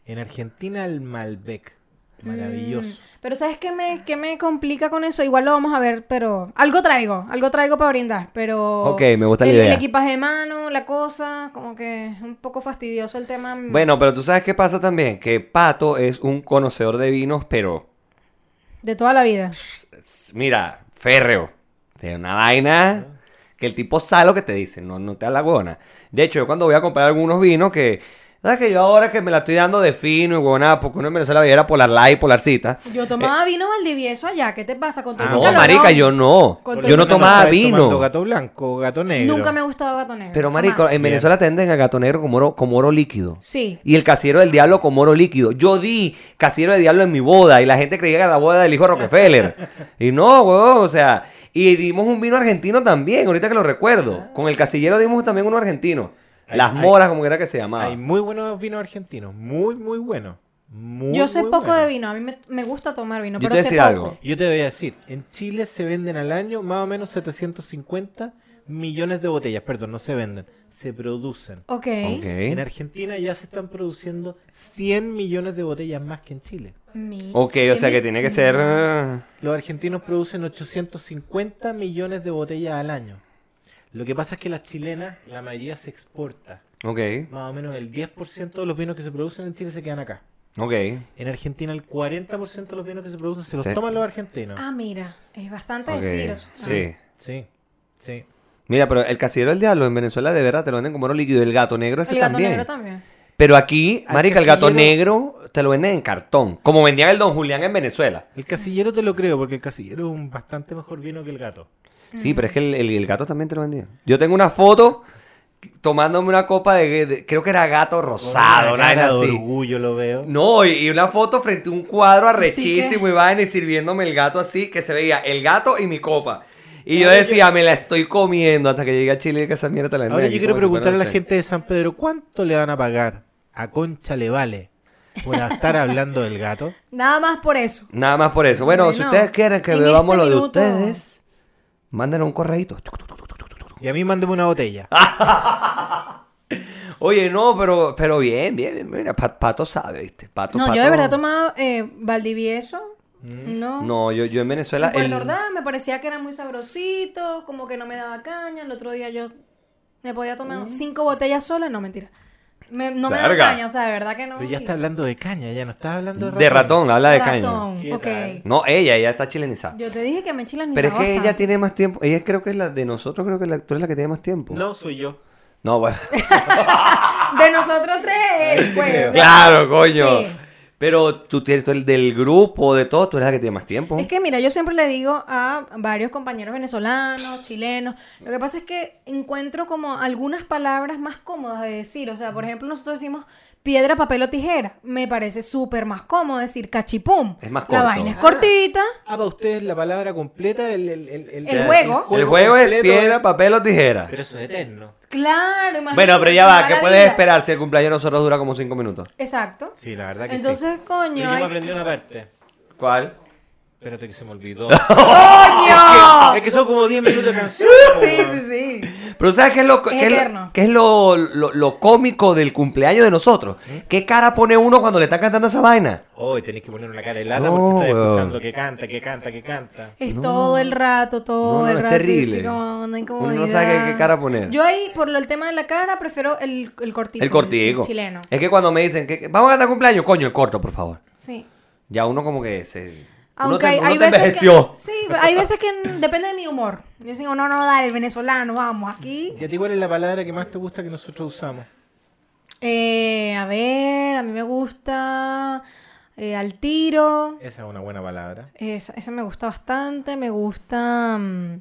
Speaker 3: En Argentina, el Malbec. Maravilloso.
Speaker 2: Pero ¿sabes qué me, qué me complica con eso? Igual lo vamos a ver, pero algo traigo, algo traigo para brindar, pero...
Speaker 1: Ok, me gusta la
Speaker 2: el,
Speaker 1: idea.
Speaker 2: El equipaje de mano, la cosa, como que es un poco fastidioso el tema. mm,
Speaker 1: Bueno, pero tú sabes qué pasa también. Que Pato es un conocedor de vinos, pero.
Speaker 2: De toda la vida.
Speaker 1: s- Mira, férreo. De una vaina. Que el tipo sabe lo que te dice, no, no te da la huevona. De hecho, yo cuando voy a comprar algunos vinos que. ¿Sabes que yo ahora que me la estoy dando de fino y huevonada? Porque uno en Venezuela veía era polar light, polarcita.
Speaker 2: Yo tomaba vino Valdivieso allá, ¿qué te pasa con tu
Speaker 3: Ah,
Speaker 2: nunca
Speaker 1: Eh, No,
Speaker 2: lo-
Speaker 1: marica, yo no.
Speaker 2: Con
Speaker 3: Por
Speaker 2: tu-
Speaker 1: Yo no
Speaker 3: lo menos
Speaker 1: tomaba
Speaker 3: estáis tomando
Speaker 1: vino.
Speaker 3: Gato blanco, gato negro.
Speaker 2: Nunca me ha gustado gato negro.
Speaker 1: Pero, marico, em,
Speaker 2: jamás.
Speaker 1: en Venezuela te venden a gato negro como oro, como oro líquido.
Speaker 2: Sí.
Speaker 1: Y el casillero del diablo como oro líquido. Yo di casillero del diablo en mi boda y la gente creía que era la boda del hijo de Rockefeller. y no, huevón, o sea. Y dimos un vino argentino también, ahorita que lo recuerdo. Con el casillero dimos también uno argentino.
Speaker 3: Ay,
Speaker 1: Las
Speaker 3: ay.
Speaker 1: moras, como era que se llamaba.
Speaker 3: Hay muy buenos vinos argentinos. Muy, muy buenos. Muy,
Speaker 2: yo sé
Speaker 3: muy
Speaker 2: poco de
Speaker 3: buenos.
Speaker 2: vino, a mí me, me gusta tomar vino,
Speaker 1: Yo te
Speaker 2: pero
Speaker 1: voy a
Speaker 2: sé
Speaker 1: decir
Speaker 2: poco.
Speaker 1: algo.
Speaker 3: Yo te voy a decir, en Chile se venden al año más o menos 750 millones de botellas. Perdón, no se venden, se producen.
Speaker 2: Ok. ¿Eh?
Speaker 3: En
Speaker 1: Ok.
Speaker 3: Argentina ya se están produciendo 100 millones de botellas más que en Chile.
Speaker 2: Mi-
Speaker 1: Ok, o sea
Speaker 2: mi-
Speaker 1: que tiene que ser. eh,
Speaker 3: Los argentinos producen 850 millones de botellas al año. Lo que pasa es que las chilenas, la mayoría se exporta.
Speaker 1: Ok,
Speaker 3: Más o menos el 10% de los vinos que se producen en Chile se quedan acá.
Speaker 1: ok.
Speaker 3: En Argentina el 40% de los vinos que se producen se los
Speaker 1: Sí.
Speaker 3: toman los argentinos.
Speaker 2: Ah, mira, es bastante
Speaker 1: ok,
Speaker 2: decir. o sea, ah.
Speaker 1: Sí.
Speaker 3: Sí, sí.
Speaker 1: Mira, pero el casillero del diablo en Venezuela de verdad te lo venden como oro líquido. El gato negro ese
Speaker 2: El gato
Speaker 1: también.
Speaker 2: negro también.
Speaker 1: Pero aquí,
Speaker 3: Al
Speaker 1: marica, el gato negro
Speaker 3: casillero-
Speaker 1: te lo venden en cartón. Como vendían el Don Julián en Venezuela.
Speaker 3: El casillero te lo creo, porque el casillero es un bastante mejor vino que el gato.
Speaker 1: Sí, pero es que el, el- el gato también te lo vendía. Yo tengo una foto tomándome una copa de, de- creo que era gato rosado,
Speaker 3: Una
Speaker 1: una vaina
Speaker 3: cara de
Speaker 1: así.
Speaker 3: orgullo lo veo.
Speaker 1: No, y, y una foto frente a un cuadro arrechísimo
Speaker 2: que-
Speaker 1: y vaina y sirviéndome el gato así, que se veía el gato y mi copa. Y yo
Speaker 3: Ahora
Speaker 1: decía, me la estoy comiendo hasta que llegué a Chile y que esa mierda te la
Speaker 3: Ahora
Speaker 1: venden
Speaker 3: yo
Speaker 1: aquí
Speaker 3: quiero
Speaker 1: como si fuera,
Speaker 3: preguntar a la
Speaker 1: no sé.
Speaker 3: gente de San Pedro, ¿cuánto le van a pagar a Concha Le Vale por estar hablando del gato?
Speaker 2: Nada más por eso.
Speaker 1: Nada más por eso. Bueno, si
Speaker 2: Bueno,
Speaker 1: ustedes quieren que
Speaker 2: en
Speaker 1: bebamos
Speaker 2: este
Speaker 1: lo de
Speaker 2: minuto-
Speaker 1: ustedes, mándenos un correíto.
Speaker 3: Y a mí mándeme una botella.
Speaker 1: Oye, no, pero, pero bien, bien, bien. Mira, Pa- Pato sabe, ¿viste? Pato,
Speaker 2: No, yo
Speaker 1: Pato- Mm.
Speaker 2: de verdad tomaba eh, Valdivieso. No.
Speaker 1: No, yo, yo en Venezuela...
Speaker 2: En Puerto
Speaker 1: el-
Speaker 2: Ordaz me parecía que era muy sabrosito, como que no me daba caña. El otro día yo me podía tomar cinco botellas sola. No, mentira. Me- no me daba
Speaker 1: Mm. Verga.
Speaker 2: caña, o sea, de verdad que no.
Speaker 3: Pero ya
Speaker 2: y-
Speaker 3: está hablando de caña, ya no estás hablando
Speaker 1: De ratón, habla de caña.
Speaker 2: Ratón,
Speaker 3: ¿Qué
Speaker 2: ok.
Speaker 3: tal?
Speaker 1: No, ella, ella está chilenizada.
Speaker 2: Yo te dije que me chilas ni
Speaker 1: Pero es que
Speaker 2: sabasta.
Speaker 1: ella tiene más tiempo. Ella creo que es la de nosotros, creo que la, tú eres la que tiene más tiempo.
Speaker 3: No, soy yo.
Speaker 1: No, bueno.
Speaker 2: De nosotros tres, pues.
Speaker 1: claro, coño.
Speaker 2: Sí.
Speaker 1: Pero tú tienes tú el del grupo, de todo, tú eres la que tiene más tiempo.
Speaker 2: Es que mira, yo siempre le digo a varios compañeros venezolanos, chilenos, lo que pasa es que encuentro como algunas palabras más cómodas de decir, o sea, por ejemplo, nosotros decimos piedra, papel o tijera, me parece súper más cómodo decir cachipum.
Speaker 1: Es más
Speaker 2: La
Speaker 1: corto.
Speaker 2: vaina es cortita,
Speaker 3: Ah, para ustedes la palabra completa, el, el, el,
Speaker 2: El juego.
Speaker 1: el juego es
Speaker 3: completo ¿eh?
Speaker 1: piedra, papel o tijera.
Speaker 3: Pero eso es eterno.
Speaker 2: claro, imagínate.
Speaker 1: Bueno, pero ya
Speaker 2: qué
Speaker 1: va, ¿qué puedes
Speaker 2: maravilla.
Speaker 1: esperar si el cumpleaños de nosotros dura como cinco minutos?
Speaker 2: Exacto.
Speaker 3: Sí, la verdad que
Speaker 2: Entonces,
Speaker 3: sí. Pero
Speaker 2: coño,
Speaker 3: yo
Speaker 2: hay-
Speaker 3: me aprendí una parte.
Speaker 1: ¿Cuál?
Speaker 3: Espérate que se me olvidó.
Speaker 2: ¡Coño!
Speaker 3: es que son como 10 minutos de canción.
Speaker 2: Sí, sí, sí.
Speaker 1: Pero ¿sabes qué es lo,
Speaker 2: Es
Speaker 1: qué es lo-
Speaker 2: eterno.
Speaker 1: qué es lo, lo- lo cómico del cumpleaños de nosotros?
Speaker 2: ¿Eh?
Speaker 1: ¿Qué cara pone uno cuando le están cantando esa vaina?
Speaker 3: Hoy tenés que poner una cara de lata
Speaker 1: No,
Speaker 3: porque estás
Speaker 1: weón.
Speaker 3: escuchando que canta, que canta, que canta.
Speaker 2: Es todo el rato, todo
Speaker 1: No, no,
Speaker 2: el
Speaker 1: es
Speaker 2: rato. y
Speaker 1: terrible.
Speaker 2: sí, como una
Speaker 1: Uno no sabe qué- qué cara poner.
Speaker 2: Yo ahí, por lo- el tema de la cara, prefiero el, el cortico.
Speaker 1: el Eh. cortico.
Speaker 2: chileno.
Speaker 1: Es que cuando me dicen, que vamos a cantar cumpleaños, coño, el corto, por favor.
Speaker 2: Sí.
Speaker 1: Ya uno como que se... uno
Speaker 2: Aunque
Speaker 1: te,
Speaker 2: hay,
Speaker 1: uno
Speaker 2: hay
Speaker 1: te
Speaker 2: veces
Speaker 1: envejeció.
Speaker 2: que. Sí, hay veces que n- depende de mi humor. Yo digo, no, no, dale, el venezolano, vamos, aquí.
Speaker 3: ¿Y a ti cuál es la palabra que más te gusta que nosotros usamos?
Speaker 2: Eh, a ver, a mí me gusta. eh, al tiro.
Speaker 3: Esa es una buena palabra.
Speaker 2: Esa, esa me gusta bastante. Me gusta. mm,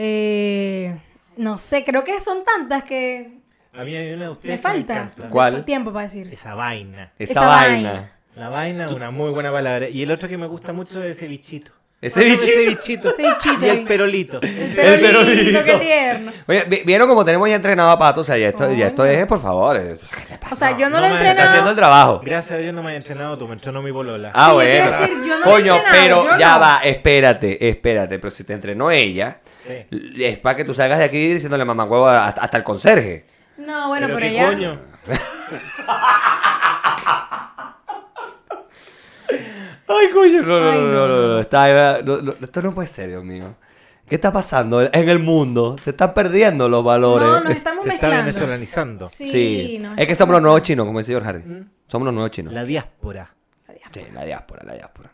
Speaker 2: eh, no sé, creo que son tantas que.
Speaker 3: A mí hay una
Speaker 2: Me
Speaker 3: de ustedes que
Speaker 2: falta
Speaker 3: encanta.
Speaker 1: ¿Cuál?
Speaker 2: tiempo para decir.
Speaker 3: Esa vaina.
Speaker 1: Esa,
Speaker 2: esa
Speaker 1: vaina.
Speaker 2: vaina.
Speaker 3: La vaina es una muy buena palabra. Y el otro que me gusta mucho es ese bichito.
Speaker 1: Ese bichito.
Speaker 3: Ese bichito.
Speaker 2: Cevichito.
Speaker 3: Y el perolito.
Speaker 1: El
Speaker 2: Pero
Speaker 1: perolito.
Speaker 2: lindo, qué tierno.
Speaker 1: Oye, vi- ¿vieron cómo tenemos ya entrenado a Pato? O sea, ya esto, ya esto
Speaker 2: Coño.
Speaker 1: es, por favor. eh, es-
Speaker 2: O sea, yo no,
Speaker 3: no
Speaker 2: lo he
Speaker 1: Está haciendo
Speaker 3: me-
Speaker 2: entrenado.
Speaker 1: el trabajo.
Speaker 3: Gracias a Dios no me has entrenado tú, me entrenó mi polola.
Speaker 1: Ah,
Speaker 2: Sí, yo te iba
Speaker 1: bueno.
Speaker 2: a decir, yo no
Speaker 1: Coño,
Speaker 2: lo he entrenado,
Speaker 1: pero
Speaker 2: yo
Speaker 1: ya
Speaker 2: no.
Speaker 1: va, espérate, espérate. Pero si te entrenó ella,
Speaker 3: Sí.
Speaker 1: l- es para que tú salgas de aquí diciéndole mamá huevo hasta, hasta el conserje.
Speaker 2: No, bueno, pero,
Speaker 3: ¿qué
Speaker 2: ya.
Speaker 3: coño?
Speaker 1: Ay, coño, no, no,
Speaker 2: Ay,
Speaker 1: no, no,
Speaker 2: no.
Speaker 1: no, no, está- eh, no, no, esto no puede ser, Dios mío. ¿Qué está pasando en el mundo? Se están perdiendo los valores.
Speaker 2: No, nos estamos
Speaker 3: eh, Se está
Speaker 2: mezclando.
Speaker 3: venezolanizando.
Speaker 2: Sí, nos
Speaker 1: es que
Speaker 2: estamos
Speaker 1: somos los nuevos chinos, como dice George Harry. Somos los nuevos chinos.
Speaker 3: La diáspora.
Speaker 1: Sí, la diáspora, la diáspora.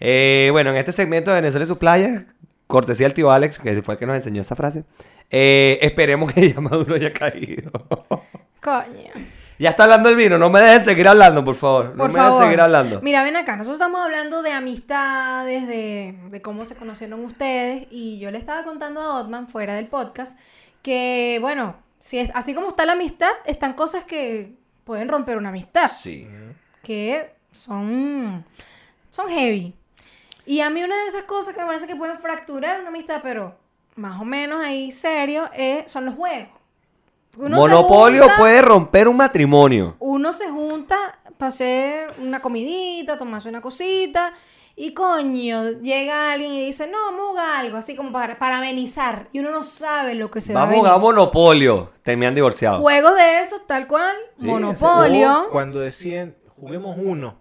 Speaker 1: Eh, bueno, en este segmento de Venezuela y sus playas, cortesía al tío Alex, que fue el que nos enseñó esa frase, eh, esperemos que ya Maduro haya caído.
Speaker 2: Coño.
Speaker 1: ya está hablando el vino, no me dejen seguir hablando, por favor. No
Speaker 2: Por
Speaker 1: me
Speaker 2: favor.
Speaker 1: dejen seguir hablando.
Speaker 2: Mira, ven acá. Nosotros estamos hablando de amistades, de, de cómo se conocieron ustedes. Y yo le estaba contando a Otman, fuera del podcast, que, bueno, si es, así como está la amistad, están cosas que pueden romper una amistad.
Speaker 1: Sí.
Speaker 2: que son, son heavy. Y a mí una de esas cosas que me parece que pueden fracturar una amistad, pero más o menos ahí serio, es- son los juegos. Uno se
Speaker 1: Monopolio
Speaker 2: junta-
Speaker 1: puede romper un matrimonio.
Speaker 2: Uno se junta para hacer una comidita, tomarse una cosita. Y coño, llega alguien y dice, no, vamos a jugar algo, así como para, para amenizar. Y uno no sabe lo que se
Speaker 1: Vamos a
Speaker 2: va a
Speaker 1: jugar
Speaker 2: venir.
Speaker 1: Monopolio. Terminan divorciados.
Speaker 2: Juegos de esos, tal cual,
Speaker 1: Sí,
Speaker 2: monopolio.
Speaker 3: O cuando deciden, juguemos uno.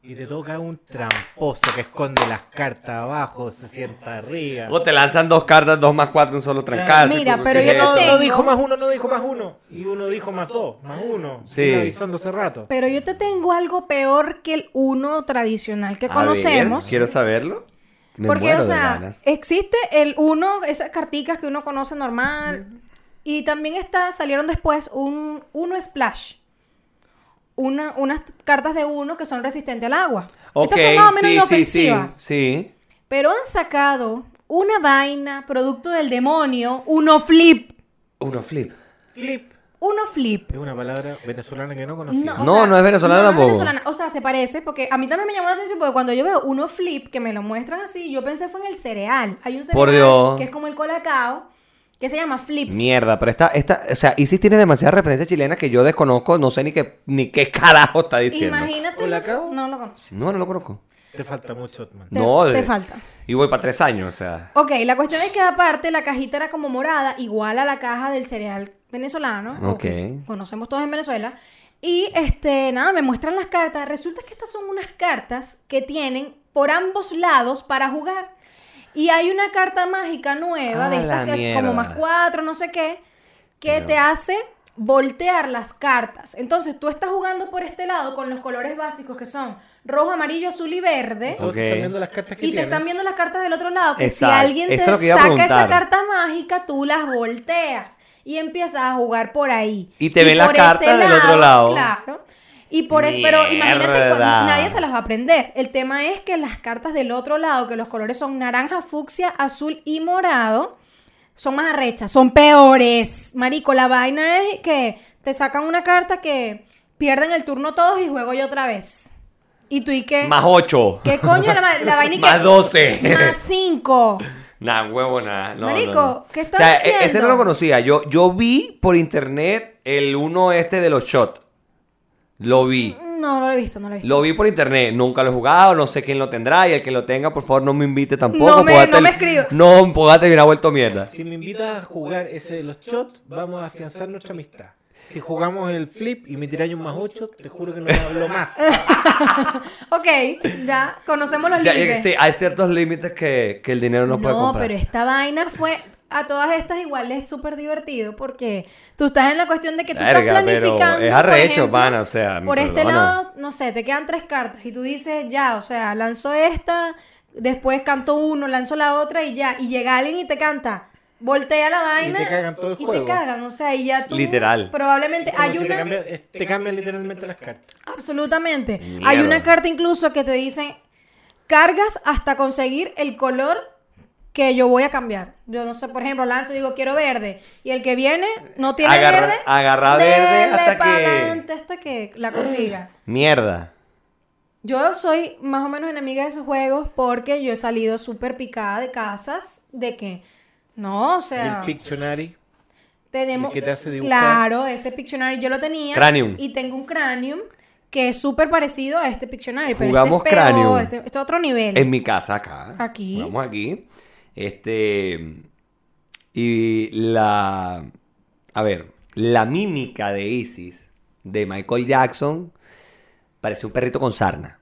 Speaker 3: Y te toca un tramposo que esconde las cartas abajo, se sienta arriba.
Speaker 1: O te lanzan dos cartas, dos más cuatro, un solo trancazo.
Speaker 2: Mira,
Speaker 1: ¿Qué
Speaker 2: pero
Speaker 1: es
Speaker 2: yo
Speaker 1: esto?
Speaker 3: No,
Speaker 2: te-
Speaker 3: no
Speaker 2: tengo.
Speaker 3: dijo más uno, no dijo más uno. Y uno dijo más dos, más uno.
Speaker 1: Sí.
Speaker 3: Sigue avisando hace rato.
Speaker 2: Pero yo te tengo algo peor que el uno tradicional que
Speaker 1: A ver,
Speaker 2: conocemos.
Speaker 1: Quiero Ah, saberlo. Me
Speaker 2: porque,
Speaker 1: muero
Speaker 2: o
Speaker 1: de
Speaker 2: sea,
Speaker 1: ganas.
Speaker 2: existe el uno, esas carticas que uno conoce normal. Y también está, salieron después un uno splash. Una, unas cartas de uno que son resistentes al agua.
Speaker 1: Ok,
Speaker 2: Estas son más o menos
Speaker 1: sí, sí, sí,
Speaker 2: inofensivas.
Speaker 1: sí.
Speaker 2: Pero han sacado una vaina, producto del demonio, uno flip.
Speaker 1: Uno flip.
Speaker 3: Flip.
Speaker 2: Uno flip.
Speaker 3: Es una palabra venezolana que no
Speaker 2: No,
Speaker 3: conocía.
Speaker 2: o
Speaker 1: No,
Speaker 2: sea,
Speaker 1: no es venezolana
Speaker 2: no es
Speaker 1: tampoco.
Speaker 2: venezolana. O sea, se parece porque a mí también me llamó la atención porque cuando yo veo uno flip que me lo muestran así, yo pensé fue en el cereal. Hay un cereal
Speaker 1: Por Dios.
Speaker 2: que es como el colacao que se llama flips.
Speaker 1: Mierda, pero esta, esta, o sea, Isis tiene demasiadas referencias chilenas que yo desconozco, no sé ni qué, ni qué carajo está diciendo.
Speaker 2: Imagínate.
Speaker 3: ¿Colacao?
Speaker 2: No lo conoces.
Speaker 1: No, no lo conozco.
Speaker 3: Te falta mucho, Otman.
Speaker 2: Te-
Speaker 1: no,
Speaker 2: te
Speaker 1: de-
Speaker 2: falta.
Speaker 1: Y voy para tres años, o sea.
Speaker 2: Ok, la cuestión es que aparte la cajita era como morada, igual a la caja del cereal venezolano, o
Speaker 1: Ok.
Speaker 2: que conocemos todos en Venezuela. Y este, nada, me muestran las cartas. Resulta que estas son unas cartas que tienen por ambos lados para jugar. Y hay una carta mágica nueva
Speaker 1: Ah,
Speaker 2: de
Speaker 1: la
Speaker 2: estas que-
Speaker 1: mierda.
Speaker 2: como más cuatro, no sé qué, que te hace voltear las cartas. Entonces tú estás jugando por este lado con los colores básicos que son rojo, amarillo, azul y verde.
Speaker 3: Todos te
Speaker 1: Ok.
Speaker 3: están viendo las cartas que
Speaker 2: Y te están
Speaker 3: tienes.
Speaker 2: viendo las cartas del otro lado, que
Speaker 1: Exacto.
Speaker 2: si alguien te
Speaker 1: Eso es lo que iba a
Speaker 2: saca esa
Speaker 1: preguntar.
Speaker 2: carta mágica, tú las volteas y empiezas a jugar por ahí.
Speaker 1: Y te ven las
Speaker 2: por ese
Speaker 1: cartas del otro lado.
Speaker 2: Claro. Y por eso, pero imagínate, cu-
Speaker 1: Mierda.
Speaker 2: nadie se las va a aprender. El tema es que las cartas del otro lado, que los colores son naranja, fucsia, azul y morado, son más arrechas, son peores. Marico, la vaina es que te sacan una carta que pierden el turno todos y juego yo otra vez. Y tú y qué.
Speaker 1: Más ocho.
Speaker 2: ¿Qué coño la, ma- la vaina y que-
Speaker 1: Más 12.
Speaker 2: Más 5.
Speaker 1: Nah, huevo, nah. No,
Speaker 2: Marico,
Speaker 1: no, no.
Speaker 2: ¿qué estás
Speaker 1: O sea, e-
Speaker 2: haciendo?
Speaker 1: ese no lo conocía. Yo, yo vi por internet el uno este de los shots. Lo vi.
Speaker 2: No, no lo he visto, no lo he visto.
Speaker 1: Lo vi por internet, nunca lo he jugado, no sé quién lo tendrá y el que lo tenga, por favor, no me invite tampoco.
Speaker 2: No me-
Speaker 1: porque va a
Speaker 2: no
Speaker 1: ter-
Speaker 2: me escriba.
Speaker 1: No, porque va a terminar vuelto mierda.
Speaker 3: Si me invitas a jugar ese de los shots, vamos a afianzar nuestra amistad. Si jugamos el flip y me tiráis un más 8, te juro que no te hablo más.
Speaker 2: Ok, ya conocemos los
Speaker 1: Ya, eh,
Speaker 2: límites.
Speaker 1: sí, hay ciertos límites que, que el dinero no, puede
Speaker 2: no,
Speaker 1: comprar.
Speaker 2: pero esta vaina fue a todas estas igual es súper divertido porque tú estás en la cuestión de que tú
Speaker 1: Verga,
Speaker 2: estás
Speaker 1: pero
Speaker 2: planificando.
Speaker 1: es
Speaker 2: por
Speaker 1: arrecho,
Speaker 2: ejemplo,
Speaker 1: pana, o sea, me
Speaker 2: Por este
Speaker 1: perdona.
Speaker 2: lado, no sé, te quedan tres cartas y tú dices, ya, o sea, lanzo esta, después canto uno, lanzo la otra y ya. Y llega alguien y te canta. Voltea la vaina.
Speaker 3: cagan todo el
Speaker 2: y
Speaker 3: juego.
Speaker 2: te cagan, o sea, y ya tú.
Speaker 1: Literal.
Speaker 2: Probablemente
Speaker 3: Como
Speaker 2: hay
Speaker 3: si
Speaker 2: una.
Speaker 3: te, cambian, eh, te cambian literalmente las cartas.
Speaker 2: Absolutamente.
Speaker 1: Mierda.
Speaker 2: Hay una carta incluso que te dice, cargas hasta conseguir el color que yo voy a cambiar. Yo no sé, por ejemplo, lanzo y digo, quiero verde. Y el que viene no tiene
Speaker 1: Agarra-
Speaker 2: verde.
Speaker 1: agarra verde
Speaker 2: dele
Speaker 1: hasta
Speaker 2: pa'
Speaker 1: que-
Speaker 2: adelante hasta que la consiga.
Speaker 1: Mierda.
Speaker 2: Yo soy más o menos enemiga de esos juegos porque yo he salido súper picada de casas de que... No, o sea...
Speaker 3: El Pictionary.
Speaker 2: Tenemos.
Speaker 3: El que te hace dibujar.
Speaker 2: Claro, ese Pictionary yo lo tenía.
Speaker 1: Cranium.
Speaker 2: Y tengo un Cranium que es súper parecido a este Pictionary.
Speaker 1: Jugamos
Speaker 2: pero este es peor,
Speaker 1: Cranium. Em,
Speaker 2: Este, este es otro nivel.
Speaker 1: En mi casa acá.
Speaker 2: Aquí.
Speaker 1: Vamos aquí. Este. Y la. A ver, la mímica de Isis, de Michael Jackson, parece un perrito con sarna.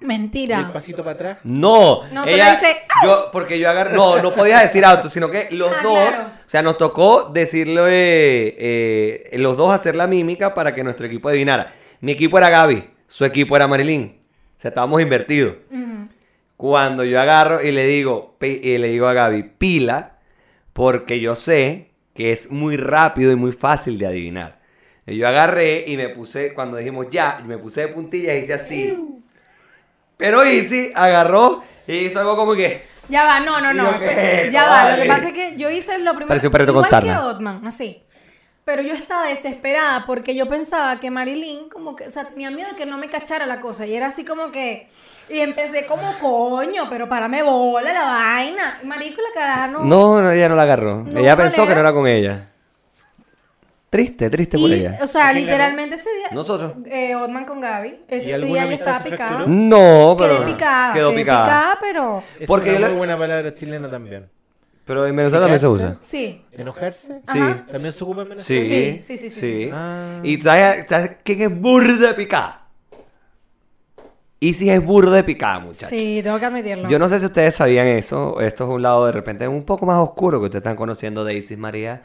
Speaker 3: Y el
Speaker 2: Mentira.
Speaker 3: pasito para atrás.
Speaker 1: No,
Speaker 2: No, solo
Speaker 1: ella,
Speaker 2: dice,
Speaker 1: yo, porque yo agarré, no, no podía decir auto, sino que los
Speaker 2: Ah,
Speaker 1: dos,
Speaker 2: claro.
Speaker 1: o sea, nos tocó decirle, eh, eh, los dos hacer la mímica para que nuestro equipo adivinara. Mi equipo era Gaby, su equipo era Marilyn, o sea, estábamos invertidos. Cuando yo agarro y le digo, pi- y le digo a Gaby, pila, porque yo sé que es muy rápido y muy fácil de adivinar. Y yo agarré y me puse, cuando dijimos ya, me puse de puntillas y hice así. Pero Izzy agarró y hizo algo como que...
Speaker 2: Ya va, no, no,
Speaker 1: ¿Y
Speaker 2: no.
Speaker 1: yo qué?
Speaker 2: Ya va. Lo
Speaker 1: Vale.
Speaker 2: que pasa es que yo hice lo primero.
Speaker 1: Parecía un perrito con
Speaker 2: igual que
Speaker 1: sarna.
Speaker 2: Otman, así. Pero yo estaba desesperada porque yo pensaba que Marilyn, como que, o sea, tenía miedo de que no me cachara la cosa. Y era así como que. Y empecé como, coño, pero párame bola la vaina. Marico, la caraja no.
Speaker 1: No, no, ella no la agarró.
Speaker 2: No,
Speaker 1: ella
Speaker 2: ¿cuál
Speaker 1: pensó que
Speaker 2: era?
Speaker 1: no era con ella. Triste, triste por
Speaker 2: Y,
Speaker 1: ella.
Speaker 2: O sea,
Speaker 3: ¿Quién ganó?
Speaker 2: literalmente ese día.
Speaker 1: Nosotros.
Speaker 2: Eh, Otman con Gaby.
Speaker 3: ¿Y
Speaker 2: Ese
Speaker 3: alguna
Speaker 2: día yo
Speaker 3: amistad
Speaker 2: estaba
Speaker 3: se
Speaker 2: picada.
Speaker 3: fracturó?
Speaker 1: No, pero...
Speaker 2: quedé picada.
Speaker 1: Quedó
Speaker 2: quedé
Speaker 1: picada.
Speaker 2: pero.
Speaker 3: Es
Speaker 1: Porque
Speaker 3: una
Speaker 1: la-
Speaker 3: muy buena palabra chilena también.
Speaker 1: Pero en Venezuela también se usa.
Speaker 2: Sí.
Speaker 3: ¿Enojarse?
Speaker 1: Sí.
Speaker 2: Ajá.
Speaker 3: ¿También se ocupa en Venezuela?
Speaker 1: Sí,
Speaker 2: Sí, sí, sí, sí, sí.
Speaker 3: Ah.
Speaker 1: Y ¿sabes, sabes quién es burda de picada? Isis es burda de picada, muchachos.
Speaker 2: Sí, tengo que admitirlo.
Speaker 1: Yo no sé si ustedes sabían eso. Esto es un lado de repente un poco más oscuro que ustedes están conociendo de Isis María.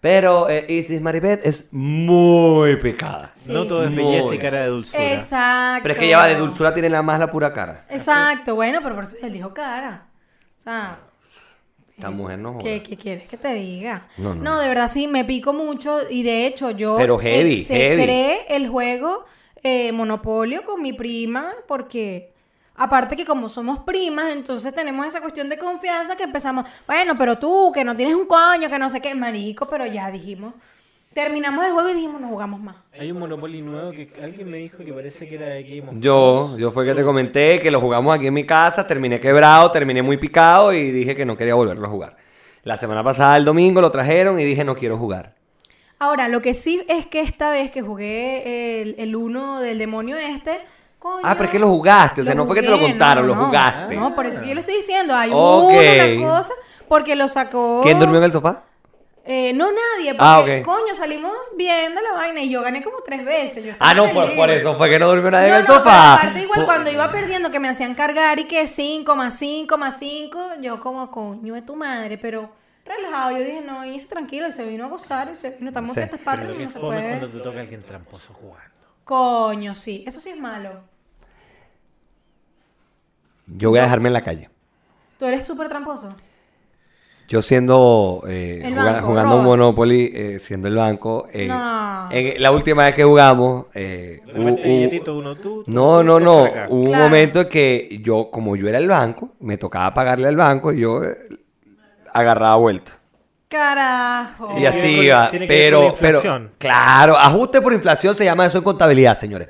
Speaker 1: Pero eh, Isis Maribet es muy picada.
Speaker 2: Sí,
Speaker 3: no todo
Speaker 1: sí.
Speaker 3: es belleza
Speaker 1: Muy.
Speaker 3: y cara de dulzura.
Speaker 2: Exacto.
Speaker 1: Pero es que ella va de dulzura, tiene nada más la pura cara.
Speaker 2: Exacto, bueno, pero por eso él dijo cara. O sea.
Speaker 1: Esta mujer no joda.
Speaker 2: ¿Qué, qué quieres que te diga?
Speaker 1: No,
Speaker 2: No,
Speaker 1: no.
Speaker 2: de verdad sí, me pico mucho y de hecho yo
Speaker 1: Pero heavy,
Speaker 2: execré el juego eh, Monopolio con mi prima porque aparte que como somos primas, entonces tenemos esa cuestión de confianza que empezamos, bueno, pero tú que no tienes un coño, que no sé qué, marico, pero ya dijimos Terminamos el juego y dijimos, no jugamos más.
Speaker 3: Hay un Monopoly nuevo que alguien me dijo que parece que era de Game of
Speaker 1: Yo, yo fue que te comenté que lo jugamos aquí en mi casa, terminé quebrado, terminé muy picado y dije que no quería volverlo a jugar. La semana pasada, el domingo, lo trajeron y dije no quiero jugar.
Speaker 2: Ahora, lo que sí es que esta vez que jugué el, el uno del demonio este. Coño,
Speaker 1: Ah, pero es que lo jugaste, o sea, no fue que te lo
Speaker 2: jugué,
Speaker 1: contaron, lo
Speaker 2: no,
Speaker 1: jugaste.
Speaker 2: No, por eso yo lo estoy diciendo. Hay
Speaker 1: Ok.
Speaker 2: una, una cosa, porque lo sacó.
Speaker 1: ¿Quién durmió en el sofá?
Speaker 2: Eh, no nadie, porque
Speaker 1: Ah, ok.
Speaker 2: coño, salimos viendo la vaina y yo gané como tres veces. yo estaba
Speaker 1: Ah, no, por,
Speaker 2: feliz.
Speaker 1: por eso fue que no durmió nadie
Speaker 2: No,
Speaker 1: en el
Speaker 2: no,
Speaker 1: sofá.
Speaker 2: pero aparte igual
Speaker 1: Por-
Speaker 2: cuando iba perdiendo que me hacían cargar y que 5 más 5 más 5, yo como coño de tu madre, pero relajado, yo dije, no, y se tranquilo, y se vino a gozar, y se vino, estamos
Speaker 1: Sí,
Speaker 2: en estas
Speaker 3: Pero
Speaker 2: patas,
Speaker 3: lo que
Speaker 2: no
Speaker 3: es
Speaker 2: se
Speaker 3: fome es cuando
Speaker 2: puede.
Speaker 3: te toca alguien tramposo jugando.
Speaker 2: Coño, sí, eso sí es malo.
Speaker 1: Yo voy a dejarme en la calle.
Speaker 2: Tú eres súper tramposo.
Speaker 1: Yo siendo eh,
Speaker 2: El
Speaker 1: juga-
Speaker 2: banco,
Speaker 1: jugando
Speaker 2: robas.
Speaker 1: Monopoly, eh, siendo el banco, eh,
Speaker 2: No.
Speaker 1: en- la última vez que jugamos, eh,
Speaker 3: De
Speaker 1: hu-
Speaker 3: repente,
Speaker 1: hu-
Speaker 3: billetito, uno tú, tú,
Speaker 1: no,
Speaker 3: tú,
Speaker 1: no,
Speaker 3: tú,
Speaker 1: no, uh.
Speaker 3: para acá.
Speaker 1: hubo un
Speaker 2: Claro.
Speaker 1: momento que yo, como yo era el banco, me tocaba pagarle al banco y yo eh, agarraba vuelto.
Speaker 2: Carajo.
Speaker 1: Y
Speaker 3: Tiene que
Speaker 1: así
Speaker 3: ver con-
Speaker 1: iba,
Speaker 3: Oh. tiene que ver
Speaker 1: pero,
Speaker 3: con la
Speaker 1: pero,
Speaker 3: inflación.
Speaker 1: claro, ajuste por inflación se llama eso en contabilidad, señores.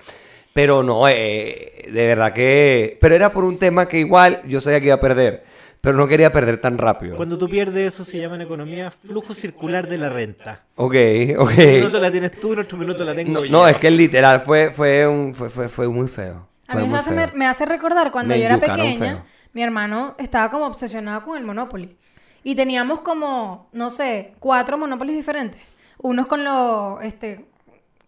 Speaker 1: Pero no, eh, de verdad que, pero era por un tema que igual yo sabía que iba a perder, pero no quería perder tan rápido.
Speaker 3: Cuando tú pierdes eso se llama en economía flujo circular de la renta.
Speaker 1: Ok, ok.
Speaker 3: Un minuto la tienes tú, en otro minuto la tengo
Speaker 1: Eh. No,
Speaker 3: yo.
Speaker 1: no, es que literal fue, fue, un, fue, fue, fue muy feo.
Speaker 2: A
Speaker 1: Fue
Speaker 2: mí eso
Speaker 1: muy
Speaker 2: hace- me,
Speaker 1: feo.
Speaker 2: me hace recordar cuando
Speaker 1: Me
Speaker 2: yo era
Speaker 1: yucaron
Speaker 2: pequeña,
Speaker 1: feo.
Speaker 2: mi hermano estaba como obsesionado con el Monopoly. Y teníamos como, no sé, cuatro Monopolies diferentes. Unos con los este,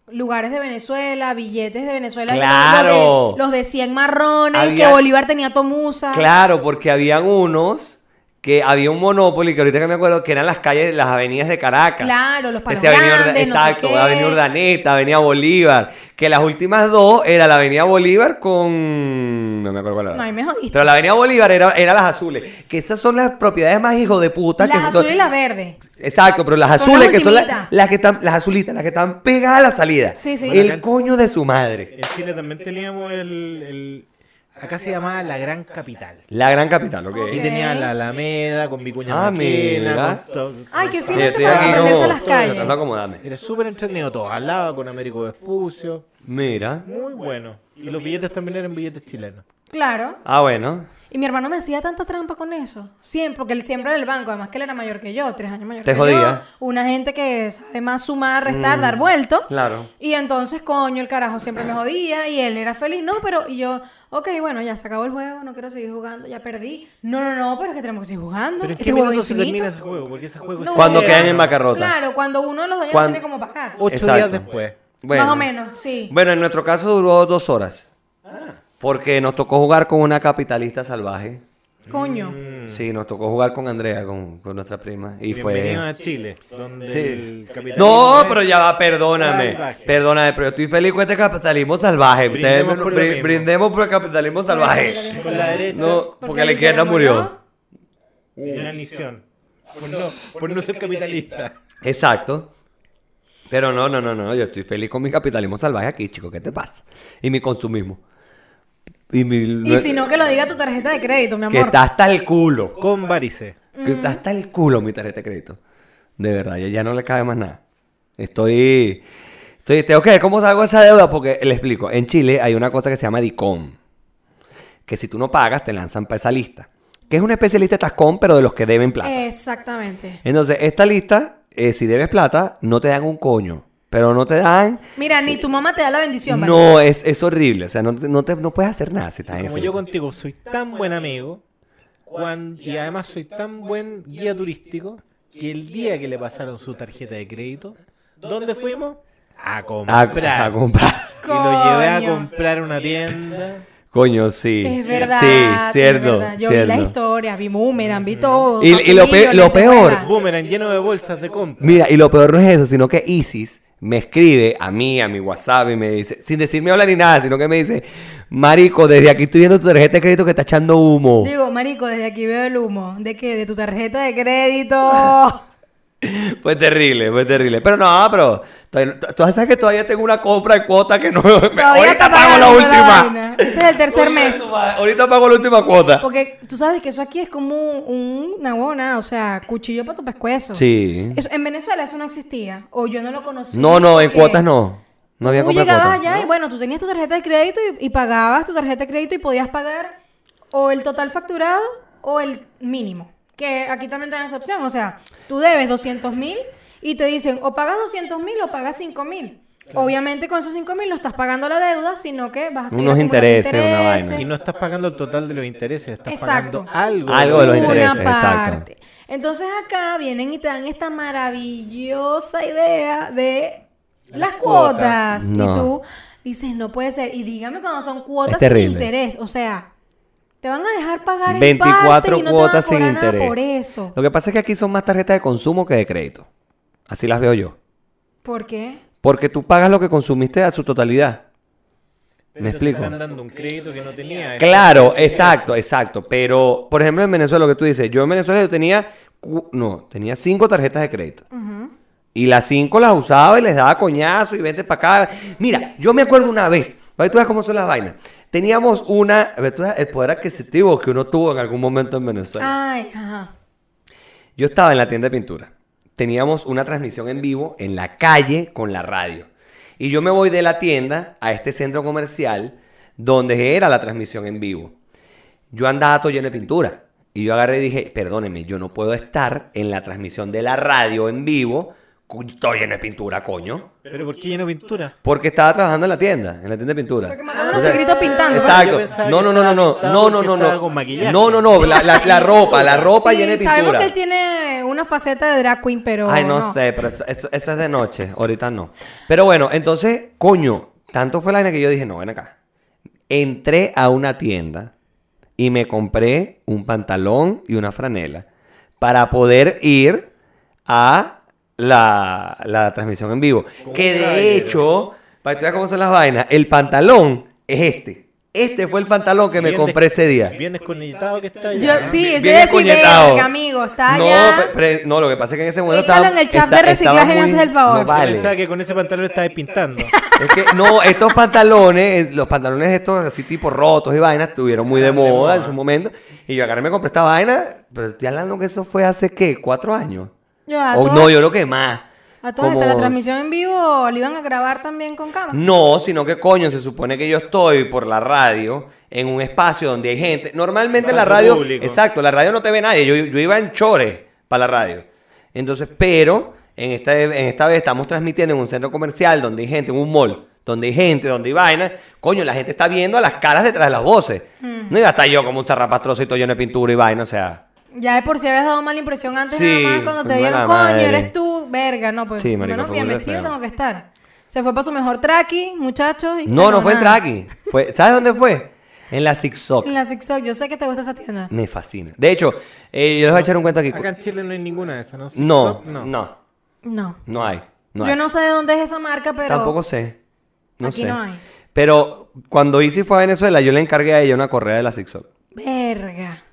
Speaker 2: lugares de Venezuela, billetes de Venezuela. los de-
Speaker 1: ¡Claro!
Speaker 2: Los de, los de 100 marrones,
Speaker 1: Había-
Speaker 2: que Bolívar tenía Tomusa.
Speaker 1: Claro, porque habían unos que había un Monopoly, que ahorita que me acuerdo, que eran las calles, las avenidas de Caracas.
Speaker 2: Claro, los palos
Speaker 1: Decía Avenida Urda-
Speaker 2: grandes, no sé
Speaker 1: Exacto,
Speaker 2: qué.
Speaker 1: Avenida Urdaneta, Avenida Bolívar. Que las últimas dos era la Avenida Bolívar con. No me acuerdo cuál era.
Speaker 2: No, ahí me jodiste.
Speaker 1: Pero la Avenida Bolívar era, era las azules. Que esas son las propiedades más hijo de puta
Speaker 2: Las
Speaker 1: que
Speaker 2: azules y las verdes.
Speaker 1: Exacto, pero las
Speaker 2: Son
Speaker 1: azules
Speaker 2: las
Speaker 1: que son las,
Speaker 2: ultimitas.
Speaker 1: las que están, las azulitas, las que están pegadas a la salida.
Speaker 2: Sí, sí.
Speaker 1: El
Speaker 3: Bueno, acá-
Speaker 1: coño de su madre.
Speaker 3: En Chile también teníamos el, el- Acá se llamaba la gran capital.
Speaker 1: La gran capital, ok.
Speaker 3: Y tenía la Alameda con Vicuña
Speaker 1: Ah,
Speaker 3: Maquena.
Speaker 1: mira.
Speaker 3: con todo-
Speaker 2: Ay, qué
Speaker 1: Sí,
Speaker 2: fino se
Speaker 1: estoy
Speaker 2: para
Speaker 1: aquí
Speaker 2: aprenderse
Speaker 1: como-
Speaker 2: las
Speaker 1: tratando de
Speaker 2: calles.
Speaker 1: acomodarme.
Speaker 3: Era súper entretenido todo. Hablaba con Américo Vespucio.
Speaker 1: Mira.
Speaker 3: Muy bueno. Y los billetes también eran billetes chilenos.
Speaker 2: Claro.
Speaker 1: Ah, bueno.
Speaker 2: Y mi hermano me hacía tanta trampa con eso. Siempre, porque él siempre era el banco, además que él era mayor que yo, tres años mayor
Speaker 1: Te
Speaker 2: que
Speaker 1: jodía. Mm,
Speaker 2: yo. Una gente que sabe más sumar, restar, dar vuelto.
Speaker 1: Claro.
Speaker 2: Y entonces, coño, el carajo siempre me jodía y él era feliz. No, pero y yo, ok, bueno, ya se acabó el juego, no quiero seguir jugando, ya perdí. No, no, no, pero es que tenemos que seguir jugando.
Speaker 3: Pero en
Speaker 2: Este
Speaker 3: qué
Speaker 2: juego
Speaker 3: minutos se
Speaker 2: infinito.
Speaker 3: termina ese juego, porque ese juego
Speaker 2: No,
Speaker 3: es...
Speaker 1: Cuando
Speaker 2: ya.
Speaker 1: quedan en bancarrota. Oh,
Speaker 2: Claro, cuando uno de los dos ya no
Speaker 1: Cuando-
Speaker 2: tiene como pagar.
Speaker 3: Ocho
Speaker 1: Exacto.
Speaker 3: días después.
Speaker 2: Más o menos, sí.
Speaker 1: Bueno, en nuestro caso duró dos horas. Porque nos tocó jugar con una capitalista salvaje.
Speaker 2: Coño.
Speaker 3: Mm.
Speaker 1: Sí, nos tocó jugar con Andrea, con, con nuestra prima. Y
Speaker 3: Bienvenido
Speaker 1: fue.
Speaker 3: a Chile, donde
Speaker 1: Sí.
Speaker 3: el capitalismo
Speaker 1: No,
Speaker 3: es-
Speaker 1: pero ya va, perdóname.
Speaker 3: Salvaje.
Speaker 1: Perdóname, pero yo estoy feliz con este capitalismo salvaje. Ustedes
Speaker 3: Brindemos
Speaker 1: me-
Speaker 3: por lo
Speaker 1: brin-
Speaker 3: mismo.
Speaker 1: brindemos por el capitalismo salvaje.
Speaker 3: Con la derecha,
Speaker 1: No, porque la izquierda murió.
Speaker 3: una lisión. Por no, por no ser capitalista.
Speaker 1: Exacto. Pero no, no, no, no, yo estoy feliz con mi capitalismo salvaje aquí, chico, ¿qué te pasa? Y mi consumismo. Y, mi-
Speaker 2: Y si no, que lo diga tu tarjeta de crédito, mi amor. Mm.
Speaker 1: Que está hasta el culo.
Speaker 3: Con varice.
Speaker 1: Que está hasta el culo mi tarjeta de crédito. De verdad, ya, ya no le cabe más nada. Estoy. Estoy. Tengo que ver cómo salgo de esa deuda porque le explico. En Chile hay una cosa que se llama DICOM. Que si tú no pagas, te lanzan para esa lista. Que es una especie de lista de tascón, pero de los que deben plata.
Speaker 2: Eh. Exactamente.
Speaker 1: Entonces, esta lista, eh, si debes plata, no te dan un coño. Pero no te dan.
Speaker 2: Mira, ni tu mamá te da la bendición, ¿vale?
Speaker 1: No, es, es horrible. O sea, no, te- no, te, no puedes hacer nada si estás en
Speaker 3: Como
Speaker 1: esa
Speaker 3: yo
Speaker 1: lista.
Speaker 3: contigo soy tan buen amigo cuan- y además soy tan buen guía turístico que el día que le pasaron su tarjeta de crédito, ¿dónde fuimos? A
Speaker 1: A, a
Speaker 3: comprar.
Speaker 1: comprar.
Speaker 3: Y lo llevé a
Speaker 2: Coño.
Speaker 3: comprar a una tienda.
Speaker 1: Coño, sí.
Speaker 2: Es verdad.
Speaker 1: Sí,
Speaker 2: es
Speaker 1: cierto.
Speaker 2: verdad. Yo
Speaker 1: cierto.
Speaker 2: vi las historias, vi Boomerang, vi todo.
Speaker 1: Y-
Speaker 2: Paco
Speaker 1: y lo pe-
Speaker 2: Emilio,
Speaker 1: lo
Speaker 2: Lente
Speaker 1: peor.
Speaker 2: Buena.
Speaker 3: Boomerang lleno de bolsas de compra.
Speaker 1: Mira, y lo peor no es eso, sino que Isis me escribe a mí, a mi WhatsApp, y me dice, sin decirme hola ni nada, sino que me dice, Marico, desde aquí estoy viendo tu tarjeta de crédito que está echando humo.
Speaker 2: Digo, marico, desde aquí veo el humo. ¿De qué? De tu tarjeta de crédito.
Speaker 1: Fue terrible, fue terrible. Pero no, pero todavía- tú sabes que todavía tengo una compra de cuota que no. ahorita
Speaker 2: está
Speaker 1: pago la
Speaker 2: pagando
Speaker 1: última.
Speaker 2: vaina. Este es el tercer
Speaker 1: Coño de
Speaker 2: mes.
Speaker 1: tu madre, Ahorita pago la última cuota.
Speaker 2: Porque tú sabes que eso aquí es como un- una buena, o sea, cuchillo para tu pescuezo.
Speaker 1: Sí.
Speaker 2: Eso- en Venezuela eso no existía. O yo no lo conocía.
Speaker 1: No, no, en
Speaker 2: porque
Speaker 1: cuotas no. No había
Speaker 2: Tú
Speaker 1: compra de
Speaker 2: llegabas
Speaker 1: cuota.
Speaker 2: allá y bueno, tú tenías tu tarjeta de crédito y, y pagabas tu tarjeta de crédito y podías pagar o el total facturado o el mínimo. Que aquí también tenés esa opción. O sea, tú debes 200 mil y te dicen o pagas 200 mil o pagas 5 mil. Obviamente con esos 5 mil no estás pagando la deuda, sino que vas a seguir
Speaker 1: Unos
Speaker 2: acumulando
Speaker 1: intereses, una vaina.
Speaker 2: intereses.
Speaker 3: Y no estás pagando el total de los intereses, estás
Speaker 2: Exacto.
Speaker 3: pagando algo.
Speaker 1: Algo de los
Speaker 2: Una
Speaker 1: intereses, exacto.
Speaker 2: parte. Entonces acá vienen y te dan esta maravillosa idea de las, cuotas.
Speaker 3: cuotas.
Speaker 1: No.
Speaker 2: Y tú dices, no puede ser. Y dígame cuando son cuotas
Speaker 1: Es
Speaker 2: sin
Speaker 1: terrible.
Speaker 2: interés. O sea, te van a dejar pagar en
Speaker 1: 24
Speaker 2: partes y no
Speaker 1: cuotas
Speaker 2: te
Speaker 1: sin
Speaker 2: van a cobrar nada
Speaker 1: interés.
Speaker 2: por eso.
Speaker 1: Lo que pasa es que aquí son más tarjetas de consumo que de crédito. Así las veo yo.
Speaker 2: ¿Por qué?
Speaker 1: Porque tú pagas lo que consumiste a su totalidad. ¿Me explico?
Speaker 3: Están dando un crédito que no tenía.
Speaker 1: Claro, exacto, exacto. Pero, por ejemplo, en Venezuela, lo que tú dices, yo en Venezuela yo tenía, cu- no, tenía cinco tarjetas de crédito. Y las cinco las usaba y les daba coñazo y vente para acá. Mira, yo me acuerdo una vez, ¿vale? tú sabes cómo son las vainas. Teníamos una, ¿ves? tú sabes el poder adquisitivo que uno tuvo en algún momento en Venezuela.
Speaker 2: Ay, ajá.
Speaker 1: Yo estaba en la tienda de pintura. Teníamos una transmisión en vivo en la calle con la radio. Y yo me voy de la tienda a este centro comercial donde era la transmisión en vivo. Yo andaba todo lleno de pintura. Y yo agarré y dije, perdóneme, yo no puedo estar en la transmisión de la radio en vivo cu- todo lleno de pintura, coño.
Speaker 3: ¿Pero por qué lleno de pintura?
Speaker 1: Porque estaba trabajando en la tienda, en la tienda de pintura.
Speaker 2: Porque mataban
Speaker 1: O
Speaker 2: unos
Speaker 1: sea,
Speaker 2: tigritos pintando.
Speaker 3: Yo
Speaker 1: Exacto.
Speaker 3: pensaba
Speaker 1: No,
Speaker 3: que
Speaker 1: no, no, no, no,
Speaker 3: estaba
Speaker 1: no, no, no,
Speaker 3: pintando porque estaba
Speaker 1: no.
Speaker 3: con maquillaje.
Speaker 1: No, no, no, la, la- la ropa, la ropa
Speaker 2: Sí,
Speaker 1: llena de pintura.
Speaker 2: sabemos que él tiene una faceta de drag queen, pero
Speaker 1: Ay, no,
Speaker 2: no.
Speaker 1: sé, pero eso, eso- eso es de noche, ahorita no. Pero bueno, entonces, coño, tanto fue la vaina que yo dije, no, ven acá. Entré a una tienda y me compré un pantalón y una franela para poder ir a la, la transmisión en vivo. Que de hecho, para que tú veas cómo son las vainas, el pantalón es este. Este fue el pantalón que me
Speaker 3: Bien des-
Speaker 1: compré ese día.
Speaker 3: Bien desconectado que está
Speaker 2: Yo
Speaker 3: allá.
Speaker 2: sí, yo
Speaker 1: Viene
Speaker 2: decía,
Speaker 1: coñetado.
Speaker 2: verga, amigo, está
Speaker 1: no,
Speaker 2: allá.
Speaker 1: pe- pre- no, lo que pasa es que en ese momento
Speaker 2: Échalo
Speaker 1: estaba-
Speaker 2: en el chat de
Speaker 1: esta- estaba
Speaker 2: reciclaje, me
Speaker 1: muy-
Speaker 2: haces el favor.
Speaker 1: No
Speaker 3: Yo
Speaker 1: vale.
Speaker 3: pensaba que con ese pantalón estaba pintando.
Speaker 1: Es que, no, estos pantalones, eh, los pantalones estos así tipo rotos y vainas, estuvieron muy de
Speaker 3: Estaban de
Speaker 1: moda en
Speaker 3: moda.
Speaker 1: su momento. Y yo agarré y me compré esta vaina, pero estoy hablando que eso fue hace, ¿qué? ¿Cuatro años?
Speaker 2: Yo, a
Speaker 1: O
Speaker 2: todas-
Speaker 1: Oh, no, yo creo que más.
Speaker 2: A todas
Speaker 1: Como-
Speaker 2: estas, la transmisión en vivo la iban a grabar también con cámara.
Speaker 1: No, sino que coño, se supone que yo estoy por la radio en un espacio donde hay gente. Normalmente la
Speaker 3: Espacio
Speaker 1: radio.
Speaker 3: público.
Speaker 1: Exacto, la radio no te ve nadie. Yo, yo iba en chores para la radio. Entonces, pero en esta, en esta vez estamos transmitiendo en un centro comercial donde hay gente, en un mall, donde hay gente, donde hay vainas. Coño, la gente está viendo a las caras detrás de las voces. No iba a estar yo como un zarrapastroso y todo lleno de pintura y vaina, o sea.
Speaker 2: Ya de por si habías dado mala impresión antes,
Speaker 1: Sí,
Speaker 2: nada más cuando te
Speaker 1: mala
Speaker 2: vieron,
Speaker 1: madre.
Speaker 2: coño, eres tú, verga, no, pues,
Speaker 1: Sí, marico,
Speaker 2: bueno,
Speaker 1: fue
Speaker 2: bien
Speaker 1: burda de
Speaker 2: vestido
Speaker 1: feo.
Speaker 2: tengo que estar. Se fue para su mejor traqui, muchachos. y
Speaker 1: No, no fue en
Speaker 2: nada.
Speaker 1: Traki. Fue, ¿Sabes dónde fue? En la Zigzag.
Speaker 2: En la Zigzag, yo sé que te gusta esa tienda.
Speaker 1: Me fascina. De hecho, eh, yo les voy a echar un cuento aquí.
Speaker 3: Acá en Chile no hay ninguna de esas, ¿no?
Speaker 1: No,
Speaker 3: Sock,
Speaker 1: no,
Speaker 3: no.
Speaker 1: no,
Speaker 2: No.
Speaker 1: hay. no
Speaker 2: yo
Speaker 1: hay.
Speaker 2: no sé de dónde es esa marca, pero...
Speaker 1: Tampoco sé. No
Speaker 2: Aquí
Speaker 1: sé.
Speaker 2: no hay.
Speaker 1: Pero cuando Izzy fue a Venezuela, yo le encargué a ella una correa de la Zigzag.
Speaker 2: Verga.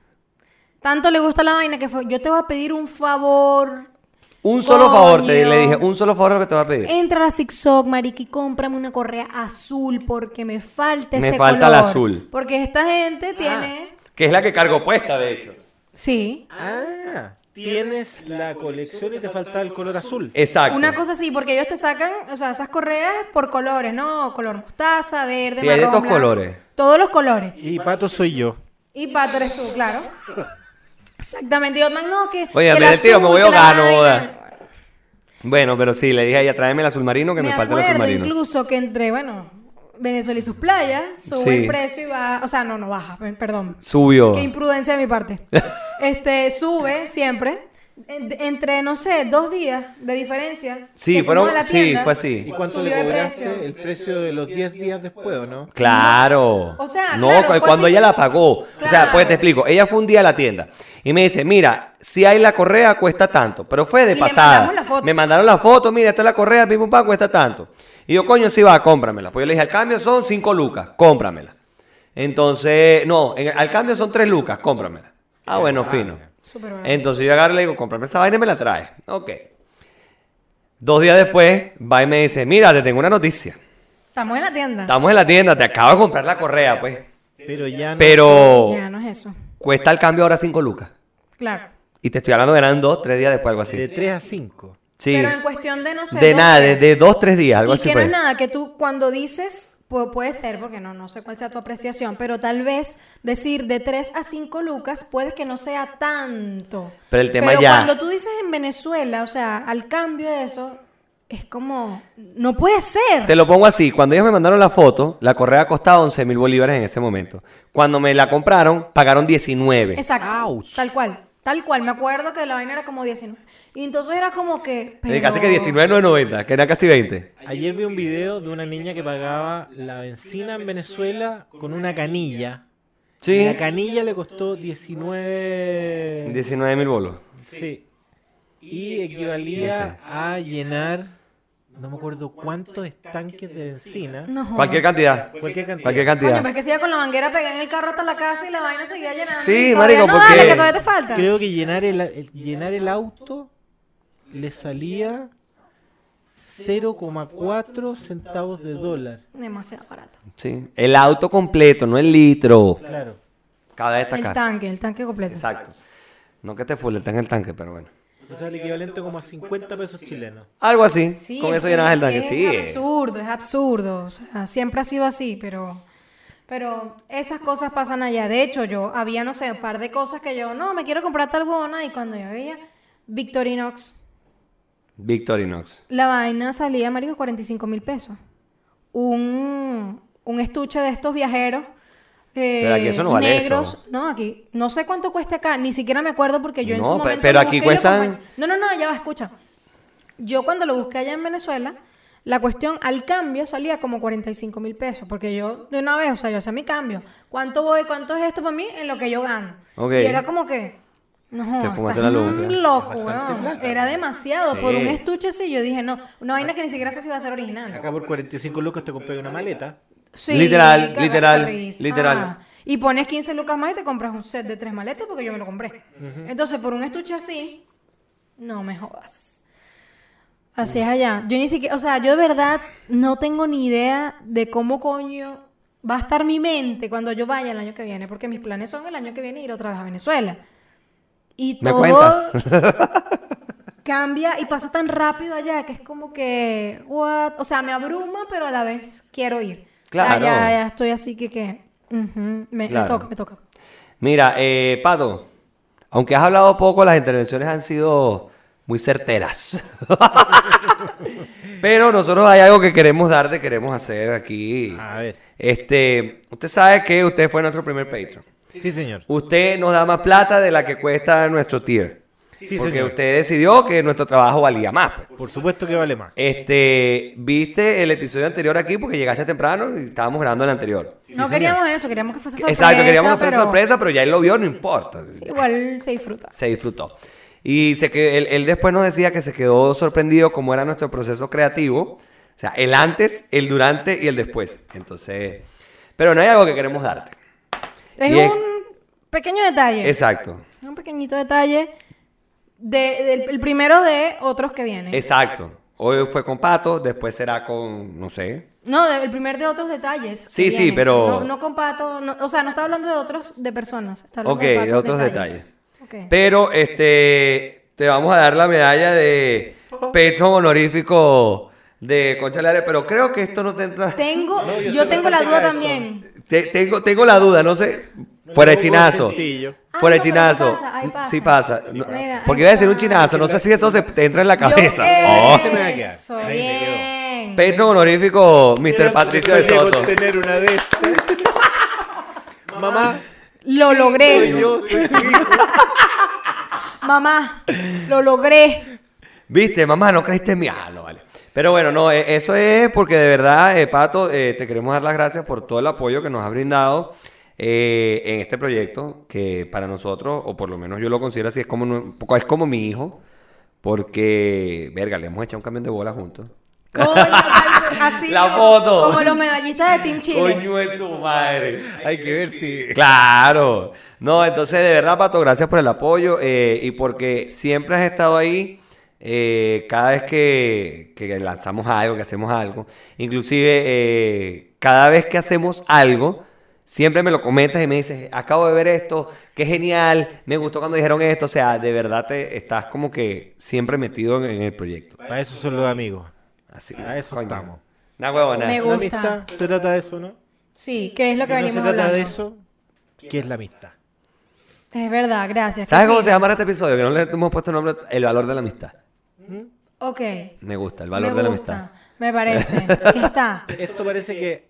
Speaker 2: Tanto le gusta la vaina que fue, yo te voy a pedir un favor.
Speaker 1: Un solo favor, te,
Speaker 2: Coño. Eh.
Speaker 1: le dije, un solo favor es lo que te voy a pedir.
Speaker 2: Entra a la Zigzag, marica, y cómprame una correa azul porque me falta
Speaker 1: Me
Speaker 2: ese color.
Speaker 1: falta la azul. Ah.
Speaker 2: Porque esta gente tiene...
Speaker 1: Que es la que cargo puesta, de hecho.
Speaker 2: Sí.
Speaker 3: Ah, tienes la colección y te falta el color azul.
Speaker 1: Exacto.
Speaker 2: Una cosa así, porque ellos te sacan, o sea, esas correas por colores, ¿no? Color mostaza, verde,
Speaker 1: Sí, hay de
Speaker 2: marrón,
Speaker 1: todos
Speaker 2: blanco.
Speaker 1: colores.
Speaker 2: Todos los colores.
Speaker 3: Y pato soy yo.
Speaker 2: Y pato eres tú, claro. Exactamente. Y Otman, no, que.
Speaker 1: Oye,
Speaker 2: que
Speaker 1: me
Speaker 2: el
Speaker 1: retiro,
Speaker 2: azul,
Speaker 1: me voy
Speaker 2: que la
Speaker 1: ahogando,
Speaker 2: vaina.
Speaker 1: boda. Bueno, pero sí, le dije a ella, tráeme el azul marino que me,
Speaker 2: Me
Speaker 1: falta el azul
Speaker 2: acuerdo
Speaker 1: marino.
Speaker 2: incluso que entre, bueno, Venezuela y sus playas, sube
Speaker 1: Sí. Oh.
Speaker 2: el precio y va. O sea, no, no baja, per- perdón.
Speaker 1: Subió.
Speaker 2: Qué imprudencia de mi parte. este, sube siempre. en- entre, no sé, dos días de diferencia.
Speaker 1: Sí,
Speaker 2: que fuimos
Speaker 1: fueron-
Speaker 2: a la
Speaker 1: sí,
Speaker 2: tienda,
Speaker 1: fue así.
Speaker 3: ¿Y cuánto
Speaker 2: subió
Speaker 3: le
Speaker 2: de
Speaker 3: cobraste?
Speaker 2: precio.
Speaker 3: El precio de los 10 días después, ¿o no?
Speaker 1: Claro.
Speaker 2: O sea,
Speaker 1: no,
Speaker 2: claro,
Speaker 1: cu-
Speaker 2: fue
Speaker 1: cuando
Speaker 2: así.
Speaker 1: ella la pagó. O sea,
Speaker 2: Claro.
Speaker 1: pues te explico. Ella fue un día a la tienda y me dice, mira, si hay la correa cuesta tanto, pero fue de
Speaker 2: Y le
Speaker 1: pasada.
Speaker 2: mandamos la foto.
Speaker 1: Me mandaron la foto, mira, esta es la correa, pim pum pam, cuesta tanto. Y yo, coño, sí va, cómpramela. Pues yo le dije, al cambio son cinco lucas, cómpramela. Entonces, no, en- al cambio son tres lucas, cómpramela. Ah, bueno, fino.
Speaker 2: Súper barato.
Speaker 1: Entonces yo agarro y le digo, cómprame esa vaina y me la traes. Ok. Dos días después, va y me dice, mira, te tengo una noticia.
Speaker 2: Estamos en la tienda.
Speaker 1: Estamos en la tienda, te acabo de comprar la correa, pues.
Speaker 3: Pero ya no.
Speaker 1: Pero
Speaker 2: Ya no es eso.
Speaker 1: cuesta el cambio ahora 5 lucas.
Speaker 2: Claro.
Speaker 1: Y te estoy hablando que eran 2, 3 días después, algo
Speaker 3: De
Speaker 1: así.
Speaker 3: 3 a 5.
Speaker 1: Sí.
Speaker 2: Pero en cuestión de no sé.
Speaker 1: de
Speaker 2: dos-
Speaker 1: nada, de, de 2, 3 días, algo
Speaker 2: Y
Speaker 1: así.
Speaker 2: que no es
Speaker 1: fue.
Speaker 2: nada, que tú cuando dices, pu- puede ser, porque no, no sé cuál sea tu apreciación, pero tal vez decir de 3 a 5 lucas puede que no sea tanto.
Speaker 1: Pero el tema ya-
Speaker 2: cuando tú dices en Venezuela, o sea, al cambio de eso, es como, no puede ser.
Speaker 1: Te lo pongo así, cuando ellos me mandaron la foto, la correa costaba 11 mil bolívares en ese momento. Cuando me la compraron, pagaron 19.
Speaker 2: Exacto.
Speaker 3: Ouch.
Speaker 2: Tal cual. Tal cual. Me acuerdo que la vaina era como 19. Y entonces era como que...
Speaker 1: Eh, Casi que
Speaker 2: pero-
Speaker 1: 19,90, que era casi 20.
Speaker 3: Ayer vi un video de una niña que pagaba la benzina en Venezuela con una canilla. Y
Speaker 1: Sí.
Speaker 3: la canilla le costó 19.
Speaker 1: 19 mil bolos.
Speaker 3: Sí. Y equivalía a llenar, no me acuerdo cuántos estanques de benzina.
Speaker 2: No, joda.
Speaker 1: Cualquier cantidad.
Speaker 3: Cualquier cantidad.
Speaker 1: Cualquier
Speaker 2: Coño,
Speaker 1: cantidad.
Speaker 2: pues que siga con la manguera pegada en el carro hasta la casa y la vaina seguía llenando.
Speaker 1: Sí,
Speaker 2: Y todavía
Speaker 1: marico,
Speaker 2: No,
Speaker 1: porque-
Speaker 2: dale, que todavía te falta.
Speaker 3: Creo que llenar el, el- llenar el auto le salía 0,4 centavos de dólar.
Speaker 2: Demasiado barato.
Speaker 1: Sí. El auto completo, no el litro.
Speaker 3: Claro.
Speaker 1: Cada
Speaker 2: El
Speaker 1: destacar.
Speaker 2: tanque, el tanque completo.
Speaker 1: Exacto. No que te full, está en el tanque, pero bueno.
Speaker 3: Eso es el equivalente como a 50 pesos chilenos.
Speaker 1: Algo así.
Speaker 2: Sí,
Speaker 1: Con
Speaker 2: es
Speaker 1: eso
Speaker 2: que
Speaker 1: llenabas el tanque.
Speaker 2: Es
Speaker 1: Sí. eh.
Speaker 2: absurdo, es absurdo. O sea, siempre ha sido así, pero. Pero esas cosas pasan allá. De hecho, yo había, no sé, un par de cosas que yo, no, me quiero comprar tal buena. Y cuando yo veía Victorinox,
Speaker 1: Victorinox.
Speaker 2: la vaina salía, marico, 45 mil pesos. Un, un estuche de estos viajeros. eh,
Speaker 1: Pero aquí eso no vale
Speaker 2: negros.
Speaker 1: eso.
Speaker 2: No, aquí. No sé cuánto cuesta acá. Ni siquiera me acuerdo porque yo en
Speaker 1: No,
Speaker 2: su
Speaker 1: pe-
Speaker 2: momento.
Speaker 1: pero
Speaker 2: lo
Speaker 1: aquí
Speaker 2: busqué y lo
Speaker 1: cuestan-
Speaker 2: compré. No, no, no, ya va, escucha. Yo cuando lo busqué allá en Venezuela, la cuestión al cambio salía como 45 mil pesos. Porque yo, de una vez, o sea, yo hacía mi cambio. ¿Cuánto voy? ¿Cuánto es esto para mí? En lo que yo gano.
Speaker 1: Ok.
Speaker 2: Y era como que. No,
Speaker 1: Te fumaste
Speaker 2: estás
Speaker 1: la luz,
Speaker 2: un
Speaker 1: ¿verdad?
Speaker 2: loco,
Speaker 3: Bastante
Speaker 2: weón.
Speaker 3: plata.
Speaker 2: Era demasiado. Por
Speaker 1: Sí.
Speaker 2: un estuche, sí, yo dije, no, una vaina que ni siquiera sé si va a ser original.
Speaker 3: Acá por 45 lucas te compré una maleta.
Speaker 2: Sí,
Speaker 1: Literal,
Speaker 2: caga
Speaker 1: literal,
Speaker 2: la risa.
Speaker 1: literal.
Speaker 2: Ah, y pones 15 lucas más y te compras un set de tres maletas porque yo me lo compré. Entonces, por un estuche así, no me jodas. Así es allá. Yo ni siquiera, o sea, yo de verdad no tengo ni idea de cómo coño va a estar mi mente cuando yo vaya el año que viene, porque mis planes son el año que viene ir otra vez a Venezuela. Y
Speaker 1: ¿Me
Speaker 2: todo
Speaker 1: cuentas?
Speaker 2: cambia y pasa tan rápido allá que es como que, what? O sea, me abruma, pero a la vez quiero ir.
Speaker 1: Claro.
Speaker 2: Ya, ya, ya estoy así que, que ujú, me, me
Speaker 1: Claro.
Speaker 2: toca, me toca.
Speaker 1: Mira, eh, Pato, aunque has hablado poco, las intervenciones han sido muy certeras. Pero nosotros hay algo que queremos darte, queremos hacer aquí.
Speaker 3: A ver.
Speaker 1: Este, usted sabe que usted fue nuestro primer Patreon.
Speaker 3: Sí, señor.
Speaker 1: Usted nos da más plata de la que cuesta nuestro tier.
Speaker 3: Sí,
Speaker 1: porque
Speaker 3: señor.
Speaker 1: usted decidió que nuestro trabajo valía más. pues.
Speaker 3: Por supuesto que vale más.
Speaker 1: Este, viste el episodio anterior aquí porque llegaste temprano y estábamos grabando el anterior.
Speaker 2: no queríamos eso, queríamos que fuese sorpresa.
Speaker 1: Exacto, queríamos una
Speaker 2: pero
Speaker 1: sorpresa, pero ya él lo vio, no importa.
Speaker 2: Igual se disfruta.
Speaker 1: Se disfrutó. Y se que él, él después nos decía que se quedó sorprendido cómo era nuestro proceso creativo. O sea, el antes, el durante y el después. Entonces, pero no hay algo que queremos darte.
Speaker 2: Es
Speaker 1: Y es-
Speaker 2: un pequeño detalle.
Speaker 1: Exacto.
Speaker 2: Un pequeñito detalle de, del- el primero de otros que vienen.
Speaker 1: Exacto. Hoy fue con Pato, después será con, no sé.
Speaker 2: No, de- el primer de otros detalles. que
Speaker 1: Sí, sí,
Speaker 2: vienen.
Speaker 1: pero-
Speaker 2: No, no con pato, no- o sea, no está hablando de otros, de personas. Está hablando
Speaker 1: Ok,
Speaker 2: de, patos,
Speaker 1: de otros
Speaker 2: Ok.
Speaker 1: Pero, este, te vamos a dar la medalla de pecho honorífico de Concha Lare, pero creo que esto no te entra.
Speaker 2: Tengo, yo, tengo la duda también.
Speaker 1: Te- tengo, tengo la duda, no sé. Fuera de chinazo.
Speaker 2: Ah,
Speaker 1: Fuera de
Speaker 2: no, pero sí
Speaker 1: chinazo.
Speaker 2: pasa, ahí pasa.
Speaker 1: Sí pasa. No,
Speaker 2: Mira, ahí
Speaker 1: Porque iba a decir un
Speaker 2: está.
Speaker 1: chinazo. No sé si eso se te entra en la
Speaker 2: Yo-
Speaker 1: cabeza. Oh.
Speaker 3: Ahí se
Speaker 2: Eso,
Speaker 3: me va a quedar. Ahí se quedó.
Speaker 2: bien.
Speaker 1: Petro honorífico, Mr. Patricio de Soto.
Speaker 3: tener una de Mamá,
Speaker 2: Lo logré.
Speaker 3: soy
Speaker 2: Mamá, lo logré.
Speaker 1: Viste, mamá, no creíste en mí. Ah, no, vale. Pero bueno, no, eh, eso es porque de verdad, eh, Pato, eh, te queremos dar las gracias por todo el apoyo que nos has brindado eh, en este proyecto, que para nosotros, o por lo menos yo lo considero así, es como, un poco- es como mi hijo, porque, verga, le hemos echado un camión de bola juntos.
Speaker 2: Coño, así
Speaker 1: La foto.
Speaker 2: Como los medallistas de Team Chile.
Speaker 1: Coño es tu madre.
Speaker 3: Hay que ver si.
Speaker 1: Claro. No, entonces de verdad, Pato, gracias por el apoyo eh, y porque siempre has estado ahí. eh, cada vez que, que lanzamos algo, que hacemos algo, inclusive eh, cada vez que hacemos algo, siempre me lo comentas y me dices, acabo de ver esto, qué genial, me gustó cuando dijeron esto, o sea, de verdad te estás como que siempre metido en, en el proyecto.
Speaker 3: Para eso son los amigos.
Speaker 1: Así
Speaker 3: Para eso
Speaker 1: coño.
Speaker 3: estamos.
Speaker 1: Una huevona.
Speaker 2: Me
Speaker 3: La
Speaker 2: gusta.
Speaker 3: amistad se trata de eso, ¿no?
Speaker 2: Sí, que es lo que
Speaker 3: Si no se
Speaker 2: venimos
Speaker 3: trata
Speaker 2: hablando.
Speaker 3: de eso, ¿qué es la amistad?
Speaker 2: Es verdad, gracias.
Speaker 1: ¿Sabes
Speaker 2: qué
Speaker 1: cómo se
Speaker 2: fino.
Speaker 1: llama este episodio? Que no le hemos puesto nombre, el valor de la amistad.
Speaker 2: Ok.
Speaker 1: Me gusta, el valor
Speaker 2: me
Speaker 1: de la
Speaker 2: gusta,
Speaker 1: amistad.
Speaker 2: Me parece. Está.
Speaker 3: Esto parece que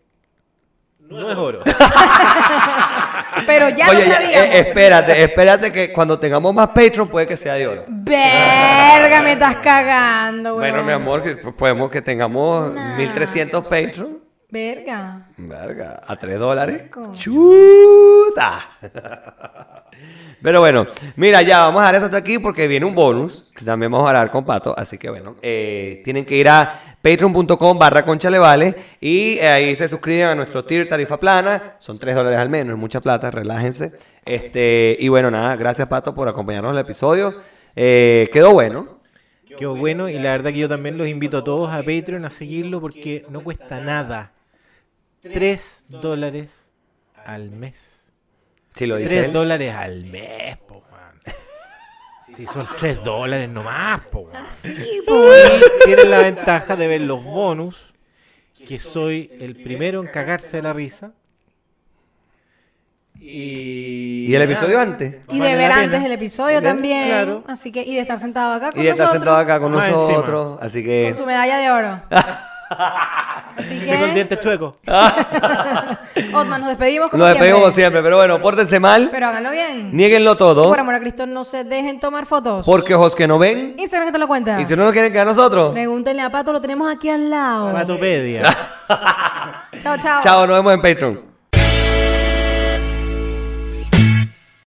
Speaker 3: no es oro.
Speaker 2: Pero ya
Speaker 1: Oye,
Speaker 2: lo
Speaker 1: ya,
Speaker 2: sabíamos.
Speaker 1: eh, espérate, espérate que cuando tengamos más Patreon puede que sea de oro.
Speaker 2: Verga, me estás cagando, güey.
Speaker 1: Bueno, mi amor, que podemos que tengamos
Speaker 2: Nah.
Speaker 1: 1300 Patreon.
Speaker 2: Verga.
Speaker 1: Verga, a 3 dólares.
Speaker 2: Rico.
Speaker 1: ¡Chuta! Pero bueno, mira, ya vamos a dar esto hasta aquí porque viene un bonus. Que también vamos a hablar con Pato. Así que bueno, eh, tienen que ir a patreon.com barra conchalevale y eh, ahí se suscriben a nuestro tier tarifa plana. Son 3 dólares al menos, es mucha plata, relájense. Este, y bueno, nada, gracias Pato por acompañarnos en el episodio. Eh, quedó bueno.
Speaker 3: Qué bueno, y la verdad que yo también los invito a todos a Patreon a seguirlo porque no cuesta nada. 3 dólares al mes.
Speaker 1: Si lo dice
Speaker 3: 3
Speaker 1: él.
Speaker 3: dólares al mes, po, man. Si son 3 dólares nomás, po, man.
Speaker 2: Ah, Sí,
Speaker 3: Y tienen la ventaja de ver los bonus, que soy el primero en cagarse de la risa. Y,
Speaker 1: Y el episodio antes.
Speaker 2: Y
Speaker 3: Vale
Speaker 2: de ver
Speaker 3: la
Speaker 2: antes
Speaker 3: pena.
Speaker 2: el episodio
Speaker 3: Ver,
Speaker 2: también.
Speaker 3: claro.
Speaker 2: Así que, y de estar sentado acá con
Speaker 1: Y de estar
Speaker 2: nosotros.
Speaker 1: sentado acá con
Speaker 3: Más encima.
Speaker 1: nosotros. Así que.
Speaker 2: Con su medalla de oro. Así
Speaker 3: Y con
Speaker 2: que,
Speaker 3: dientes chuecos.
Speaker 2: Ah. Otman, nos despedimos como
Speaker 1: Nos
Speaker 2: siempre.
Speaker 1: despedimos como siempre, pero bueno, pórtense mal,
Speaker 2: Pero háganlo bien.
Speaker 1: nieguenlo todo,
Speaker 2: Por amor a Cristo, no se dejen tomar fotos.
Speaker 1: porque ojos que no ven,
Speaker 2: Instagram que te lo cuenta.
Speaker 1: y si no nos quieren que a nosotros.
Speaker 2: Pregúntenle a Pato, lo tenemos aquí al lado.
Speaker 3: Patopedia.
Speaker 2: Chao, chao.
Speaker 1: Chao, nos vemos en Patreon.